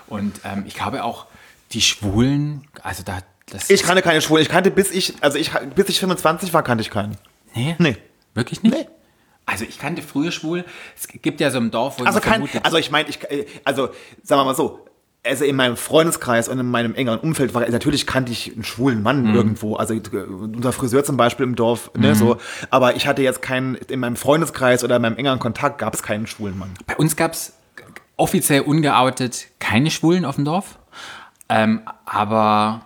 [SPEAKER 1] Und ähm, ich glaube auch die Schwulen, also da. Das
[SPEAKER 4] Ich kannte keine Schwulen. Ich kannte bis ich, also ich bis ich 25 war, kannte ich keinen.
[SPEAKER 1] Nee?
[SPEAKER 4] Nee.
[SPEAKER 1] Wirklich nicht?
[SPEAKER 4] Nee.
[SPEAKER 1] Also ich kannte früher schwul. Es gibt ja so ein Dorf, wo
[SPEAKER 4] Also
[SPEAKER 1] man
[SPEAKER 4] kein,
[SPEAKER 1] vermutet-
[SPEAKER 4] also ich meine, ich, äh, also sagen wir mal so, also in meinem Freundeskreis und in meinem engeren Umfeld war, natürlich kannte ich einen schwulen Mann
[SPEAKER 1] Mhm.
[SPEAKER 4] irgendwo, also äh, unser Friseur zum Beispiel im Dorf, ne, so.
[SPEAKER 1] Mhm.
[SPEAKER 4] Aber ich hatte jetzt keinen, in meinem Freundeskreis oder in meinem engeren Kontakt gab es keinen schwulen Mann.
[SPEAKER 1] Bei uns gab es offiziell ungeoutet keine Schwulen auf dem Dorf. Ähm, aber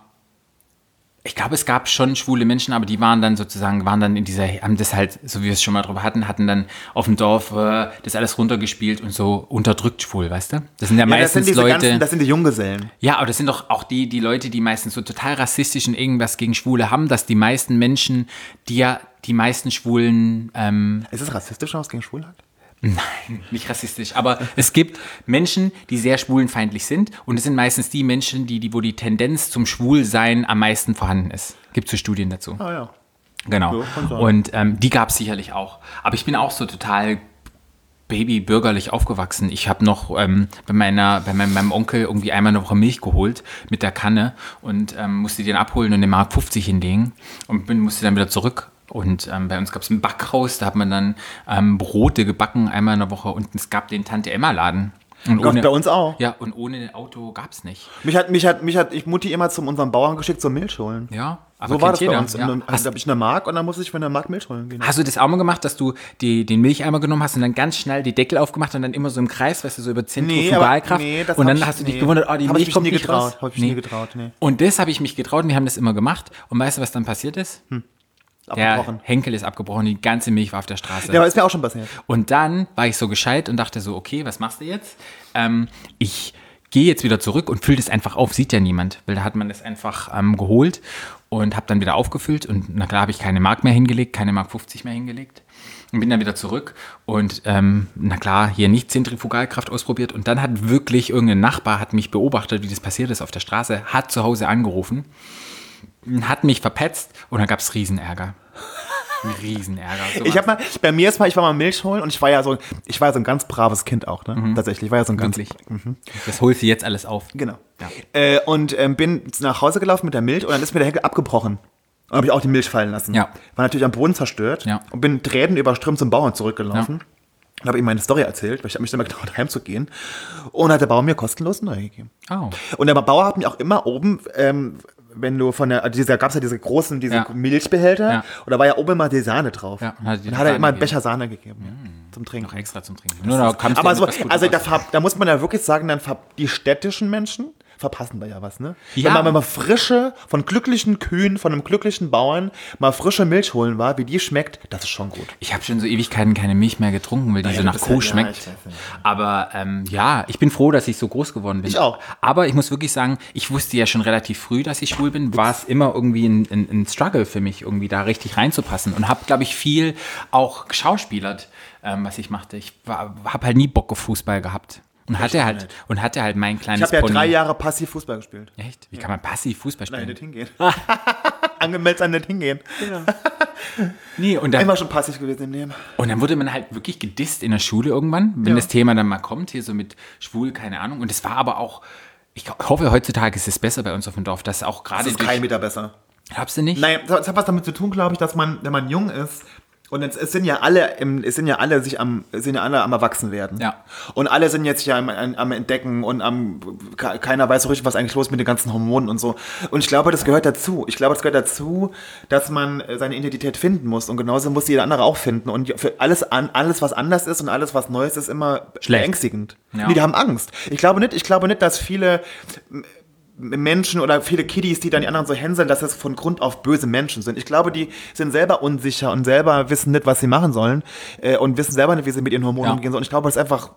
[SPEAKER 1] ich glaube, es gab schon schwule Menschen, aber die waren dann sozusagen, waren dann in dieser, haben das halt, so wie wir es schon mal drüber hatten, hatten dann auf dem Dorf äh, das alles runtergespielt und so unterdrückt schwul, weißt du? Das sind ja,
[SPEAKER 4] Ja, das sind
[SPEAKER 1] meistens
[SPEAKER 4] diese
[SPEAKER 1] Leute.
[SPEAKER 4] ganzen, das sind die Junggesellen.
[SPEAKER 1] Ja, aber das sind doch auch die, die Leute, die meistens so total rassistisch und irgendwas gegen Schwule haben, dass die meisten Menschen, die ja die meisten Schwulen, ähm,
[SPEAKER 4] Ist es rassistisch, wenn man was gegen Schwul hat?
[SPEAKER 1] nicht rassistisch, aber es gibt Menschen, die sehr schwulenfeindlich sind und es sind meistens die Menschen, die, die, wo die Tendenz zum Schwulsein am meisten vorhanden ist. Gibt so Studien dazu.
[SPEAKER 4] Ah ja.
[SPEAKER 1] Genau.
[SPEAKER 4] Ja, kann sein.
[SPEAKER 1] Und ähm, die gab es sicherlich auch. Aber ich bin auch so total babybürgerlich aufgewachsen. Ich habe noch ähm, bei, meiner, bei meinem, meinem Onkel irgendwie einmal eine Woche Milch geholt mit der Kanne und ähm, musste den abholen und den Mark 50 hinlegen und bin, musste dann wieder zurück. Und ähm, bei uns gab es ein Backhaus, da hat man dann ähm, Brote gebacken einmal in der Woche und es gab den Tante-Emma-Laden. Und
[SPEAKER 4] Gab's bei uns auch.
[SPEAKER 1] Ja, und ohne Auto gab es nicht.
[SPEAKER 4] Mich hat, mich hat, mich hat ich Mutti immer zu unserem Bauern geschickt zur Milch holen.
[SPEAKER 1] Ja, aber
[SPEAKER 4] So
[SPEAKER 1] kennt
[SPEAKER 4] war das bei
[SPEAKER 1] jeder,
[SPEAKER 4] uns.
[SPEAKER 1] ja.
[SPEAKER 4] Ja. Also, da hab ich eine Mark und dann muss ich für eine Mark Milch holen gehen.
[SPEAKER 1] Hast du das auch mal gemacht, dass du die, den Milcheimer genommen hast und dann ganz schnell die Deckel aufgemacht und dann immer so im Kreis, weißt du, so über 10
[SPEAKER 4] Nee,
[SPEAKER 1] Tropfen
[SPEAKER 4] aber-
[SPEAKER 1] Wahlkraft
[SPEAKER 4] nee, das
[SPEAKER 1] und
[SPEAKER 4] hab
[SPEAKER 1] dann
[SPEAKER 4] ich-
[SPEAKER 1] hast du dich
[SPEAKER 4] nee.
[SPEAKER 1] gewundert, oh, die
[SPEAKER 4] Hab ich
[SPEAKER 1] Milch
[SPEAKER 4] mich
[SPEAKER 1] kommt
[SPEAKER 4] nie
[SPEAKER 1] nicht
[SPEAKER 4] getraut,
[SPEAKER 1] raus.
[SPEAKER 4] hab ich mich nie getraut, nee.
[SPEAKER 1] Und das habe ich mich getraut und wir haben das immer gemacht und weißt du, was dann passiert ist?
[SPEAKER 4] Hm,
[SPEAKER 1] Der
[SPEAKER 4] Abgebrochen.
[SPEAKER 1] Henkel ist abgebrochen, die ganze Milch war auf der Straße.
[SPEAKER 4] Ja, aber ist mir auch schon passiert.
[SPEAKER 1] Und dann war ich so gescheit und dachte so, okay, was machst du jetzt? Ähm, ich gehe jetzt wieder zurück und fülle das einfach auf, sieht ja niemand, weil da hat man das einfach ähm, geholt und habe dann wieder aufgefüllt und na klar habe ich keine Mark mehr hingelegt, keine Mark 50 mehr hingelegt und bin dann wieder zurück und ähm, na klar, hier nicht Zentrifugalkraft ausprobiert und dann hat wirklich irgendein Nachbar, hat mich beobachtet, wie das passiert ist auf der Straße, hat zu Hause angerufen, hat mich verpetzt und dann gab es Riesenärger. Riesenärger. So
[SPEAKER 4] Ich
[SPEAKER 1] was.
[SPEAKER 4] habe mal, bei mir ist mal, ich war mal Milch holen und ich war ja so, ich war ja so ein ganz braves Kind auch, ne? Tatsächlich, ich war ja so ein ganz,
[SPEAKER 1] Wirklich. Das holst du jetzt alles auf.
[SPEAKER 4] Mhm. genau.
[SPEAKER 1] Ja.
[SPEAKER 4] Äh, und ähm, bin nach Hause gelaufen mit der Milch und dann ist mir der Henkel abgebrochen. Und habe ich auch die Milch fallen lassen.
[SPEAKER 1] Ja.
[SPEAKER 4] War natürlich am Boden zerstört
[SPEAKER 1] Ja.
[SPEAKER 4] und bin Tränen überströmt zum Bauern zurückgelaufen.
[SPEAKER 1] Ja.
[SPEAKER 4] Und habe ihm meine Story erzählt, weil ich habe mich dann mal getraut, [LAUGHS] heimzugehen. Und hat der Bauer mir kostenlos neu gegeben.
[SPEAKER 1] Oh.
[SPEAKER 4] Und der Bauer hat mich auch immer oben, ähm, wenn du von der, also dieser, gab es ja diese großen, diese
[SPEAKER 1] Ja.
[SPEAKER 4] Milchbehälter,
[SPEAKER 1] Ja.
[SPEAKER 4] und da war ja oben immer die Sahne drauf.
[SPEAKER 1] Ja,
[SPEAKER 4] und hat,
[SPEAKER 1] die
[SPEAKER 4] er
[SPEAKER 1] Sahne
[SPEAKER 4] immer einen
[SPEAKER 1] gegeben. Mhm.
[SPEAKER 4] Becher Sahne gegeben, ja, zum
[SPEAKER 1] Noch
[SPEAKER 4] Trinken.
[SPEAKER 1] extra zum Trinken. Nur da kam's
[SPEAKER 4] Aber
[SPEAKER 1] ja
[SPEAKER 4] so,
[SPEAKER 1] mit was Gutem
[SPEAKER 4] also da,
[SPEAKER 1] raus.
[SPEAKER 4] ver- da muss man ja wirklich sagen, dann ver- die städtischen Menschen verpassen da ja was, ne?
[SPEAKER 1] Ja.
[SPEAKER 4] Wenn man mal frische, von glücklichen Kühen, von einem glücklichen Bauern mal frische Milch holen war, wie die schmeckt, das ist schon gut.
[SPEAKER 1] ich habe schon so Ewigkeiten keine Milch mehr getrunken, weil die so
[SPEAKER 4] du
[SPEAKER 1] nach
[SPEAKER 4] bist
[SPEAKER 1] Kuh
[SPEAKER 4] ja- ja,
[SPEAKER 1] schmeckt.
[SPEAKER 4] ich weiß nicht.
[SPEAKER 1] Aber ähm, ja, ich bin froh, dass ich so groß geworden bin.
[SPEAKER 4] Ich auch.
[SPEAKER 1] Aber ich muss wirklich sagen, ich wusste ja schon relativ früh, dass ich schwul bin. War es immer irgendwie ein, ein, ein Struggle für mich, irgendwie da richtig reinzupassen. Und habe, glaube ich, viel auch geschauspielert, ähm, was ich machte. Ich habe halt nie Bock auf Fußball gehabt. Und hatte halt, und hatte halt mein kleines
[SPEAKER 4] Ich habe ja
[SPEAKER 1] Pony.
[SPEAKER 4] drei Jahre passiv Fußball gespielt.
[SPEAKER 1] Echt? Wie kann man passiv Fußball spielen?
[SPEAKER 4] Nein,
[SPEAKER 1] [LAUGHS]
[SPEAKER 4] nicht hingehen. Angemeldet an nicht hingehen.
[SPEAKER 1] nee, und da,
[SPEAKER 4] Immer schon passiv gewesen im Leben.
[SPEAKER 1] Und dann wurde man halt wirklich gedisst in der Schule irgendwann, wenn das Thema dann mal kommt, hier so mit schwul, keine Ahnung. Und es war aber auch, ich hoffe, heutzutage ist es besser bei uns auf dem Dorf, dass auch gerade.
[SPEAKER 4] Das ist
[SPEAKER 1] durch-
[SPEAKER 4] kein Meter besser.
[SPEAKER 1] Glaubst du nicht?
[SPEAKER 4] Nein, das das hat was damit zu tun, glaube ich, dass man, wenn man jung ist, und jetzt, es sind ja alle, im, es sind ja alle sich am, es sind ja alle am Erwachsenwerden.
[SPEAKER 1] Ja.
[SPEAKER 4] Und alle sind jetzt ja am, am am Entdecken und am, ke- keiner weiß so richtig, was eigentlich los ist mit den ganzen Hormonen und so. Und ich glaube, das gehört dazu. Ich glaube, das gehört dazu, dass man äh, seine Identität finden muss. Und genauso muss jeder andere auch finden. Und für alles, an, alles, was anders ist und alles, was Neues ist, immer
[SPEAKER 1] Schlecht.
[SPEAKER 4] beängstigend.
[SPEAKER 1] Ja.
[SPEAKER 4] Nee, die haben Angst. Ich glaube nicht, ich glaube nicht, dass viele Menschen oder viele Kiddies, die dann die anderen so hänseln, dass das von Grund auf böse Menschen sind. Ich glaube, die sind selber unsicher und selber wissen nicht, was sie machen sollen äh, und wissen selber nicht, wie sie mit ihren Hormonen
[SPEAKER 1] Ja.
[SPEAKER 4] umgehen sollen. Ich glaube, das ist einfach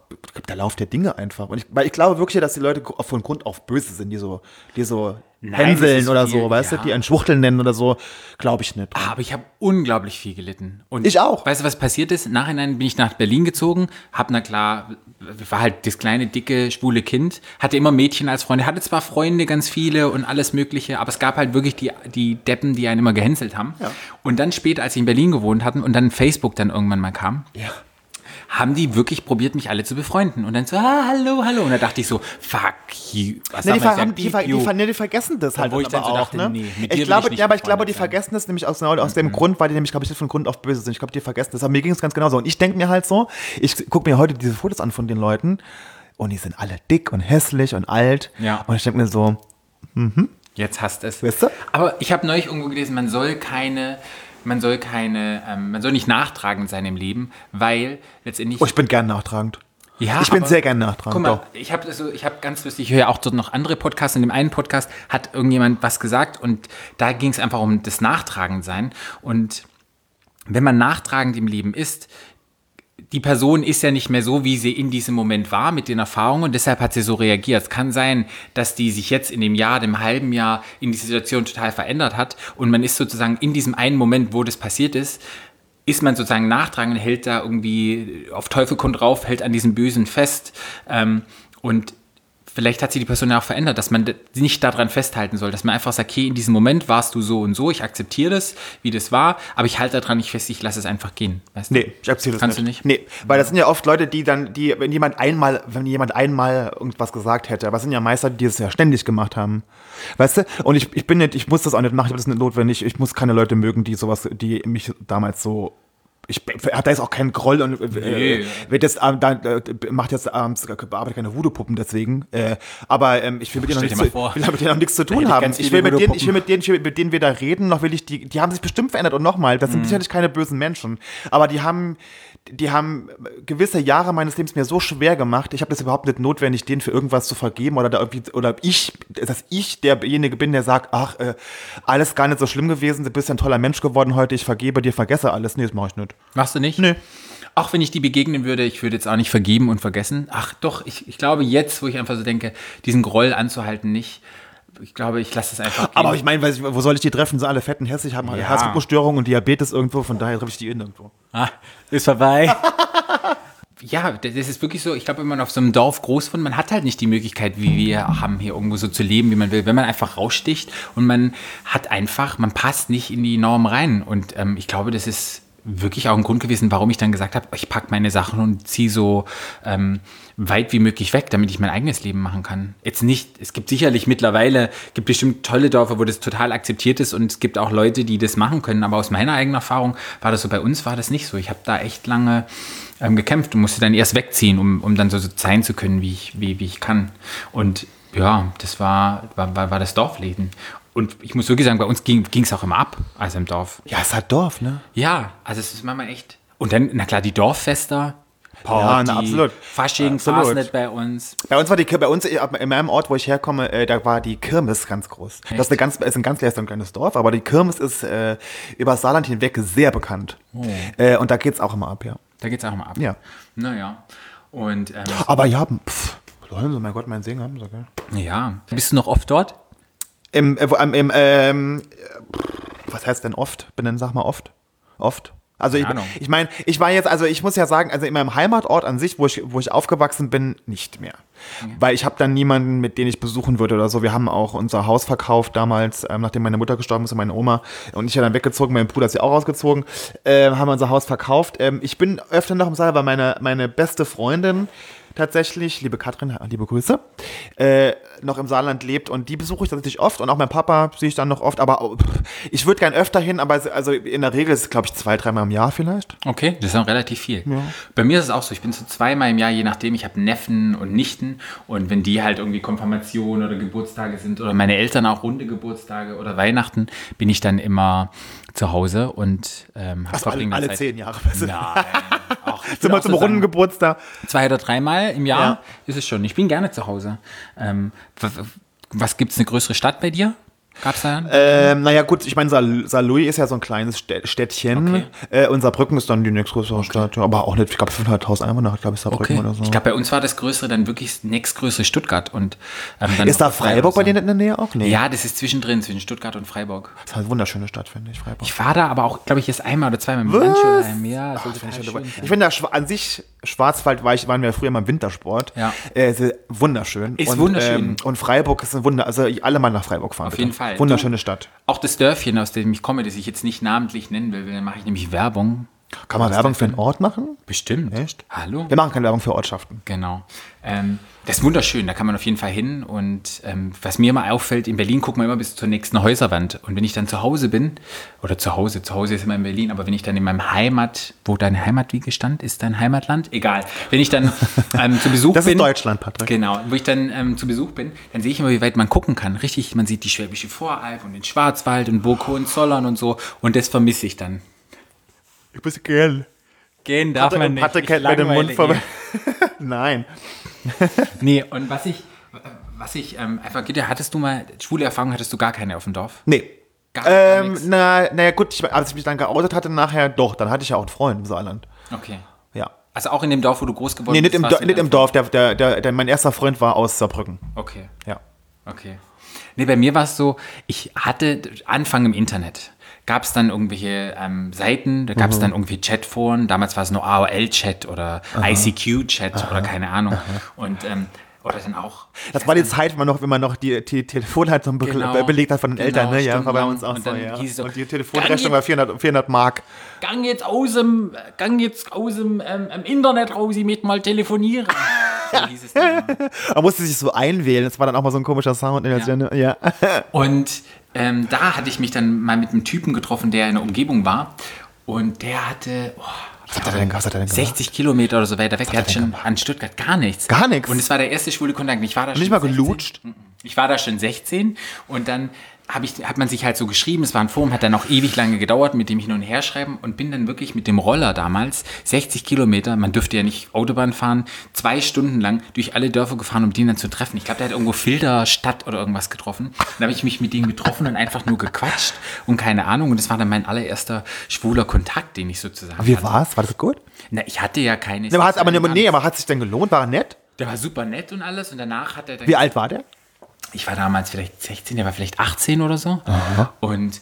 [SPEAKER 4] der Lauf der Dinge einfach. Und ich, weil ich glaube wirklich, dass die Leute gru- von Grund auf böse sind, die so, die so
[SPEAKER 1] Nein, das
[SPEAKER 4] hänseln
[SPEAKER 1] ist
[SPEAKER 4] oder
[SPEAKER 1] viel-
[SPEAKER 4] so, weißt
[SPEAKER 1] ja. Ah,
[SPEAKER 4] du, die einen Schwuchteln nennen oder so. Glaube ich nicht.
[SPEAKER 1] Aber ich habe unglaublich viel gelitten. Und
[SPEAKER 4] Ich auch.
[SPEAKER 1] Weißt du, was passiert ist? Im Nachhinein bin ich nach Berlin gezogen, hab na klar, war halt das kleine, dicke, schwule Kind, hatte immer Mädchen als Freunde, hatte zwar Freunde ganz viele und alles Mögliche, aber es gab halt wirklich die, die Deppen, die einen immer gehänselt haben.
[SPEAKER 4] Ja.
[SPEAKER 1] Und dann später, als ich in Berlin gewohnt hatten und dann Facebook dann irgendwann mal kam, haben die wirklich probiert, mich alle zu befreunden. Und dann so, ah, hallo, hallo. Und da dachte ich so, fuck you. Was
[SPEAKER 4] Ne, die,
[SPEAKER 1] haben wir
[SPEAKER 4] ver
[SPEAKER 1] gesagt?
[SPEAKER 4] haben, die, ver
[SPEAKER 1] Beep you.
[SPEAKER 4] die, ver nee, die vergessen das halt
[SPEAKER 1] wo ich
[SPEAKER 4] aber
[SPEAKER 1] dann so
[SPEAKER 4] auch,
[SPEAKER 1] dachte,
[SPEAKER 4] ne?
[SPEAKER 1] nee, mit dir will
[SPEAKER 4] ich glaube,
[SPEAKER 1] ich nicht Mhm.
[SPEAKER 4] ja, aber ich glaube, die
[SPEAKER 1] befreundet sein.
[SPEAKER 4] vergessen das nämlich aus, genau aus dem Grund, weil die nämlich, glaube ich, nicht von Grund auf böse sind. Ich glaube, die vergessen das. Aber mir ging es ganz genauso. Und ich denke mir halt so, ich gucke mir heute diese Fotos an von den Leuten und die sind alle dick und hässlich und alt.
[SPEAKER 1] Ja.
[SPEAKER 4] Und ich denke mir so,
[SPEAKER 1] Jetzt hast es.
[SPEAKER 4] Weißt du?
[SPEAKER 1] Aber ich habe neulich irgendwo gelesen, man soll keine, man soll keine, ähm, man soll nicht nachtragend sein im Leben, weil letztendlich.
[SPEAKER 4] oh, ich bin gern nachtragend.
[SPEAKER 1] Ja,
[SPEAKER 4] ich bin
[SPEAKER 1] aber-
[SPEAKER 4] sehr gern nachtragend.
[SPEAKER 1] Guck mal,
[SPEAKER 4] doch.
[SPEAKER 1] ich habe so, ich habe ganz lustig, ich höre ja auch so noch andere Podcasts. In dem einen Podcast hat irgendjemand was gesagt und da ging es einfach um das Nachtragendsein. Und wenn man nachtragend im Leben ist, die Person ist ja nicht mehr so, wie sie in diesem Moment war mit den Erfahrungen und deshalb hat sie so reagiert. Es kann sein, dass die sich jetzt in dem Jahr, dem halben Jahr in die Situation total verändert hat und man ist sozusagen in diesem einen Moment, wo das passiert ist, ist man sozusagen nachtragend, hält da irgendwie auf Teufel komm drauf, hält an diesem Bösen fest ähm, und vielleicht hat sich die Person ja auch verändert, dass man d- nicht daran festhalten soll, dass man einfach sagt, okay, in diesem Moment warst du so und so, ich akzeptiere das, wie das war, aber ich halte daran nicht fest, ich lasse es einfach gehen. Weißt du?
[SPEAKER 4] Nee, ich erzähle das
[SPEAKER 1] Kannst
[SPEAKER 4] nicht.
[SPEAKER 1] du nicht?
[SPEAKER 4] Nee, weil das sind ja oft Leute, die dann, die, wenn jemand einmal, wenn jemand einmal irgendwas gesagt hätte, aber es sind ja Meister, die das ja ständig gemacht haben. Weißt du? Und ich, ich bin nicht, ich muss das auch nicht machen, ich habe das nicht notwendig, ich muss keine Leute mögen, die sowas, die mich damals so. Ich, bin- da ist auch kein Groll und äh,
[SPEAKER 1] Nee.
[SPEAKER 4] wird jetzt ähm, dann, äh, macht jetzt abends äh, bearbeitet keine Voodoo-Puppen deswegen. Äh, aber ähm, ich will mit denen noch
[SPEAKER 1] Stell dir
[SPEAKER 4] nichts
[SPEAKER 1] mal
[SPEAKER 4] zu-
[SPEAKER 1] vor.
[SPEAKER 4] will mit denen noch nichts zu tun
[SPEAKER 1] hätte ich
[SPEAKER 4] haben.
[SPEAKER 1] ganz
[SPEAKER 4] Ich
[SPEAKER 1] viele
[SPEAKER 4] will mit denen, ich
[SPEAKER 1] Voodoo-Puppen.
[SPEAKER 4] will mit denen, ich- mit denen wir da reden, noch will ich die, die haben sich bestimmt verändert und nochmal, das sind sicherlich keine bösen Menschen, aber die haben, die haben gewisse Jahre meines Lebens mir so schwer gemacht, ich habe das überhaupt nicht notwendig, denen für irgendwas zu vergeben oder da irgendwie, oder ich, dass ich derjenige bin, der sagt, ach, äh, alles gar nicht so schlimm gewesen, du bist ja ein toller Mensch geworden heute, ich vergebe dir, vergesse alles. Nee, das mache ich nicht.
[SPEAKER 1] Machst du nicht? Nö. Auch wenn ich die begegnen würde, ich würde jetzt auch nicht vergeben und vergessen. Ach doch, ich, ich glaube jetzt, wo ich einfach so denke, diesen Groll anzuhalten, nicht. Ich glaube, ich lasse es einfach gehen.
[SPEAKER 4] Aber ich meine, weiß ich- wo soll ich die treffen? Sind alle fetten, hässlich, haben alle
[SPEAKER 1] Ja.
[SPEAKER 4] Herzrhythmusstörungen und Diabetes irgendwo, von daher treffe ich die in irgendwo.
[SPEAKER 1] ah, ist vorbei. [LAUGHS] ja, das ist wirklich so. Ich glaube, wenn man auf so einem Dorf groß wird, man hat halt nicht die Möglichkeit, wie wir haben, hier irgendwo so zu leben, wie man will. Wenn man einfach raussticht und man hat einfach, man passt nicht in die Norm rein. Und ähm, ich glaube, das ist wirklich auch ein Grund gewesen, warum ich dann gesagt habe, ich packe meine Sachen und ziehe so ähm, weit wie möglich weg, damit ich mein eigenes Leben machen kann. Jetzt nicht, es gibt sicherlich mittlerweile, gibt bestimmt tolle Dörfer, wo das total akzeptiert ist und es gibt auch Leute, die das machen können, aber aus meiner eigenen Erfahrung war das so, bei uns war das nicht so. Ich habe da echt lange ähm, gekämpft und musste dann erst wegziehen, um, um dann so so sein zu können, wie ich, wie, wie ich kann. Und ja, das war, war, war, war das Dorfleben. Und ich muss wirklich sagen, bei uns ging es auch immer ab, also im Dorf.
[SPEAKER 4] Ja, es hat Dorf, ne?
[SPEAKER 1] Ja, also es ist manchmal echt. Und dann, na klar, die Dorffester.
[SPEAKER 4] Party,
[SPEAKER 1] Fasching,
[SPEAKER 4] absolut.
[SPEAKER 1] Fasnet bei uns.
[SPEAKER 4] Bei uns war die Kir- bei uns äh, in meinem Ort, wo ich herkomme, äh, da war die Kirmes ganz groß. Das ist, eine ganz, ist ein ganz leeres und kleines Dorf, aber die Kirmes ist äh, über das Saarland hinweg sehr bekannt. Äh, und da geht's auch immer ab, ja.
[SPEAKER 1] Da geht's auch mal ab.
[SPEAKER 4] Ja.
[SPEAKER 1] Naja. Und ähm,
[SPEAKER 4] Aber ja, pff, Leute, mein Gott, mein Segen haben sie, gell?
[SPEAKER 1] ja. Bist du noch oft dort?
[SPEAKER 4] Im, äh, wo- am- im, ähm, pff, was heißt denn oft? Benennen, sag mal oft. Oft. Also ich,
[SPEAKER 1] Keine Ahnung.
[SPEAKER 4] ich meine, ich war jetzt, also ich muss ja sagen, also in meinem Heimatort an sich, wo ich, wo ich aufgewachsen bin, nicht mehr. Weil ich habe dann niemanden, mit dem ich besuchen würde oder so. Wir haben auch unser Haus verkauft damals, ähm, nachdem meine Mutter gestorben ist und meine Oma und ich ja dann weggezogen, mein Bruder ist ja auch rausgezogen, äh, haben wir unser Haus verkauft. Ähm, ich bin öfter noch im Saal, weil meine, meine beste Freundin tatsächlich, liebe Katrin, liebe Grüße, äh, noch im Saarland lebt und die besuche ich tatsächlich oft und auch mein Papa sehe ich dann noch oft, aber oh, pff, ich würde gern öfter hin, aber es- also in der Regel ist es, glaube ich, zwei, dreimal im Jahr vielleicht.
[SPEAKER 1] Okay, das ist dann relativ viel. Bei mir ist es auch so, ich bin so zweimal im Jahr, je nachdem, ich habe Neffen und Nichten und wenn die halt irgendwie Konfirmationen oder Geburtstage sind oder meine Eltern auch runde Geburtstage oder Weihnachten, bin ich dann immer zu Hause und ähm, habe
[SPEAKER 4] alle, alle zehn Jahre. weißt du?
[SPEAKER 1] Nein.
[SPEAKER 4] [LAUGHS]
[SPEAKER 1] Ach, ich
[SPEAKER 4] Sind
[SPEAKER 1] will
[SPEAKER 4] wir
[SPEAKER 1] auch
[SPEAKER 4] zum
[SPEAKER 1] so sagen,
[SPEAKER 4] runden Geburtstag.
[SPEAKER 1] Zwei oder dreimal im Jahr
[SPEAKER 4] Ja.
[SPEAKER 1] ist es schon. Ich bin gerne zu Hause. Ähm, w- w- was gibt es eine größere Stadt bei dir? Gab's da? einen?
[SPEAKER 4] Ähm, naja, gut, ich meine, Saar- Saarlouis ist ja so ein kleines Stä- Städtchen.
[SPEAKER 1] Okay.
[SPEAKER 4] Äh, und Saarbrücken ist dann die nächstgrößere Stadt. Ja, aber auch nicht, ich glaube, 500.000 Einwohner hat, glaube ich, Saarbrücken
[SPEAKER 1] okay.
[SPEAKER 4] oder so.
[SPEAKER 1] Ich glaube, bei uns war das größere dann wirklich das nächstgrößere Stuttgart. Und, ähm, dann
[SPEAKER 4] ist da
[SPEAKER 1] noch
[SPEAKER 4] Freiburg bei
[SPEAKER 1] so.
[SPEAKER 4] denen in der Nähe auch? Nee.
[SPEAKER 1] Ja, das ist zwischendrin, zwischen Stuttgart und Freiburg.
[SPEAKER 4] Das ist eine wunderschöne Stadt, finde ich, Freiburg.
[SPEAKER 1] Ich war da aber auch, glaube ich, erst einmal oder zweimal im Landschulheim. Ja, das
[SPEAKER 4] Das
[SPEAKER 1] sollte
[SPEAKER 4] find
[SPEAKER 1] total
[SPEAKER 4] ich,
[SPEAKER 1] schön
[SPEAKER 4] schon
[SPEAKER 1] sein.
[SPEAKER 4] ich finde, da schwa- an sich Schwarzwald war ich, waren wir früher mal im Wintersport.
[SPEAKER 1] Ja.
[SPEAKER 4] Äh, es ist wunderschön.
[SPEAKER 1] Ist
[SPEAKER 4] und,
[SPEAKER 1] wunderschön.
[SPEAKER 4] Ähm, und Freiburg ist ein Wunder. Also alle mal nach Freiburg fahren.
[SPEAKER 1] Auf
[SPEAKER 4] bitte.
[SPEAKER 1] jeden Fall.
[SPEAKER 4] Wunderschöne
[SPEAKER 1] Du-
[SPEAKER 4] Stadt.
[SPEAKER 1] Auch das Dörfchen, aus dem ich komme, das ich jetzt nicht namentlich nennen will, weil dann mache ich nämlich Werbung.
[SPEAKER 4] Kann man Werbung für einen Ort machen?
[SPEAKER 1] Bestimmt.
[SPEAKER 4] Echt?
[SPEAKER 1] Hallo?
[SPEAKER 4] Wir machen keine Werbung für Ortschaften.
[SPEAKER 1] Genau. Ähm, das ist wunderschön, da kann man auf jeden Fall hin. Und ähm, was mir immer auffällt, in Berlin guckt man immer bis zur nächsten Häuserwand. Und wenn ich dann zu Hause bin, oder zu Hause, zu Hause ist immer in Berlin, aber wenn ich dann in meinem Heimat, wo deine Heimatwiege stand, ist dein Heimatland? Egal. Wenn ich dann ähm, zu Besuch
[SPEAKER 4] [LAUGHS] Das ist
[SPEAKER 1] bin.
[SPEAKER 4] Deutschland, Patrick.
[SPEAKER 1] Genau. Wo ich dann ähm, zu Besuch bin, dann sehe ich immer, wie weit man gucken kann. Richtig, man sieht die Schwäbische Voralp und den Schwarzwald und Burg Hohenzollern und so. Und das vermisse ich dann.
[SPEAKER 4] Ich bin gern.
[SPEAKER 1] Gehen darf man nicht.
[SPEAKER 4] Patrick
[SPEAKER 1] Ich
[SPEAKER 4] hält mir den Mund
[SPEAKER 1] langweile eh.
[SPEAKER 4] vorbei.
[SPEAKER 1] hier.
[SPEAKER 4] [LAUGHS] Nein.
[SPEAKER 1] Nee, und was ich, was ich ähm, einfach, Gitte, hattest du mal, schwule Erfahrungen hattest du gar keine auf dem Dorf?
[SPEAKER 4] Nee.
[SPEAKER 1] Gar- gar
[SPEAKER 4] ähm,
[SPEAKER 1] nix.
[SPEAKER 4] na, naja, gut, ich, als ich mich dann geoutet hatte, nachher doch, dann hatte ich ja auch einen Freund im Saarland.
[SPEAKER 1] Okay.
[SPEAKER 4] Ja.
[SPEAKER 1] Also auch in dem Dorf, wo du groß geworden
[SPEAKER 4] Nee,
[SPEAKER 1] bist?
[SPEAKER 4] nicht im,
[SPEAKER 1] warst
[SPEAKER 4] Dor-
[SPEAKER 1] du
[SPEAKER 4] nicht im
[SPEAKER 1] dann-
[SPEAKER 4] Dorf. Der, der, der, der, mein erster Freund war aus Saarbrücken.
[SPEAKER 1] Okay,
[SPEAKER 4] Ja.
[SPEAKER 1] okay. Nee, bei mir war es so, ich hatte Anfang im Internet. Gab es dann irgendwelche ähm, Seiten, da gab
[SPEAKER 4] Mhm.
[SPEAKER 1] es dann irgendwie Chatforen. Damals war es nur AOL-Chat oder ICQ-Chat oder keine Ahnung. Und, ähm, oder dann auch.
[SPEAKER 4] Das war die Zeit, wenn man noch, wenn man noch die, die Telefonheizung be
[SPEAKER 1] Genau.
[SPEAKER 4] be- belegt hat von den
[SPEAKER 1] Genau,
[SPEAKER 4] Eltern, ne? Ja,
[SPEAKER 1] stimmt,
[SPEAKER 4] war bei
[SPEAKER 1] genau.
[SPEAKER 4] uns auch
[SPEAKER 1] Und
[SPEAKER 4] so,
[SPEAKER 1] dann
[SPEAKER 4] ja.
[SPEAKER 1] hieß es so,
[SPEAKER 4] Und die
[SPEAKER 1] dann
[SPEAKER 4] Telefonrechnung war 400, 400 Mark.
[SPEAKER 1] Gang jetzt aus dem, äh, gang jetzt aus dem ähm, im Internet raus, ich möchte mal
[SPEAKER 4] [LAUGHS]
[SPEAKER 1] telefonieren. so hieß es dann. immer.
[SPEAKER 4] Man musste sich so einwählen. Das war dann auch mal so ein komischer Sound in der
[SPEAKER 1] Ja.
[SPEAKER 4] Sendung.
[SPEAKER 1] [LAUGHS]
[SPEAKER 4] Ja.
[SPEAKER 1] Und ähm, da hatte ich mich dann mal mit einem Typen getroffen, der in der Umgebung war. Und der hatte oh,
[SPEAKER 4] Was hat er denn, was hat er denn gemacht?
[SPEAKER 1] 60 Kilometer oder so weiter weg. Der hat schon an Stuttgart gar nichts.
[SPEAKER 4] Gar nichts?
[SPEAKER 1] Und es war der erste schwule Kontakt. Ich war da schon
[SPEAKER 4] nicht mal
[SPEAKER 1] 16.
[SPEAKER 4] gelutscht?
[SPEAKER 1] Mhm. Ich war da schon 16 und dann hab ich, hat man sich halt so geschrieben, es war ein Forum, hat dann auch ewig lange gedauert, mit dem hin und her schreiben und bin dann wirklich mit dem Roller damals 60 Kilometer, man dürfte ja nicht Autobahn fahren, zwei Stunden lang durch alle Dörfer gefahren, um den dann zu treffen. Ich glaube, der hat irgendwo Filderstadt oder irgendwas getroffen. Dann habe ich mich mit dem getroffen und einfach nur gequatscht und keine Ahnung. Und das war dann mein allererster schwuler Kontakt, den ich sozusagen
[SPEAKER 4] Wie
[SPEAKER 1] hatte.
[SPEAKER 4] war's? War das gut?
[SPEAKER 1] Na, ich hatte ja keine.
[SPEAKER 4] Aber, hat's, aber,
[SPEAKER 1] sexuellen
[SPEAKER 4] nee,
[SPEAKER 1] Angst.
[SPEAKER 4] aber hat sich denn gelohnt? War er nett?
[SPEAKER 1] Der war super nett und alles und danach hat er dann.
[SPEAKER 4] Wie alt war der?
[SPEAKER 1] Ich war damals vielleicht 16, der war vielleicht 18 oder so. Und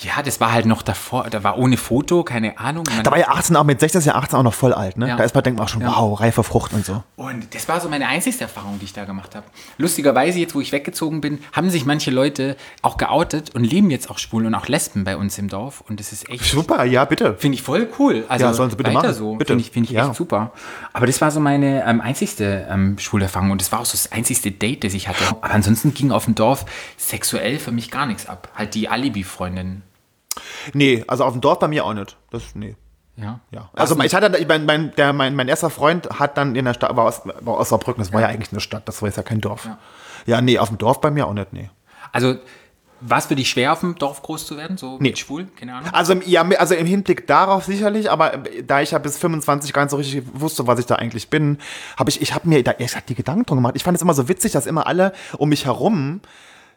[SPEAKER 1] ja, das war halt noch davor, da war ohne Foto, keine Ahnung. Man-
[SPEAKER 4] Da war ja 18 auch mit 16 ist ja 18 auch noch voll alt, ne?
[SPEAKER 1] Ja.
[SPEAKER 4] Da ist man denkt man auch schon, wow, reife Frucht und so.
[SPEAKER 1] Und das war so meine einzigste Erfahrung, die ich da gemacht habe. Lustigerweise, jetzt wo ich weggezogen bin, haben sich manche Leute auch geoutet und leben jetzt auch schwul und auch Lesben bei uns im Dorf. Und das ist echt.
[SPEAKER 4] Super, ja, bitte.
[SPEAKER 1] Finde ich voll cool. Also
[SPEAKER 4] Ja, sollen sie bitte
[SPEAKER 1] weiter
[SPEAKER 4] machen.
[SPEAKER 1] so.
[SPEAKER 4] Bitte.
[SPEAKER 1] Finde ich, find ich
[SPEAKER 4] Ja.
[SPEAKER 1] echt super. Aber das war so meine ähm, einzigste ähm, Schulerfahrung und das war auch so das einzigste Date, das ich hatte. Aber ansonsten ging auf dem Dorf sexuell für mich gar nichts ab. Halt die Alibi-Freundin.
[SPEAKER 4] Nee, also auf dem Dorf bei mir auch nicht. Das, nee.
[SPEAKER 1] Ja.
[SPEAKER 4] Ja. Also ich hatte, ich mein, mein, der, mein, mein erster Freund hat dann in der Stadt, war aus, war aus Saarbrücken, das war ja. eigentlich eine Stadt, das war jetzt ja kein Dorf. Ja. nee, auf dem Dorf bei mir auch nicht, nee.
[SPEAKER 1] Also war es für dich schwer, auf dem Dorf groß zu werden? So
[SPEAKER 4] Nee.
[SPEAKER 1] mit schwul? Keine Ahnung.
[SPEAKER 4] Also im, ja, also im Hinblick darauf sicherlich, aber äh, da ich ja bis 25 gar nicht so richtig wusste, was ich da eigentlich bin, habe ich, ich habe mir da ehrlich gesagt die Gedanken drum gemacht. Ich fand es immer so witzig, dass immer alle um mich herum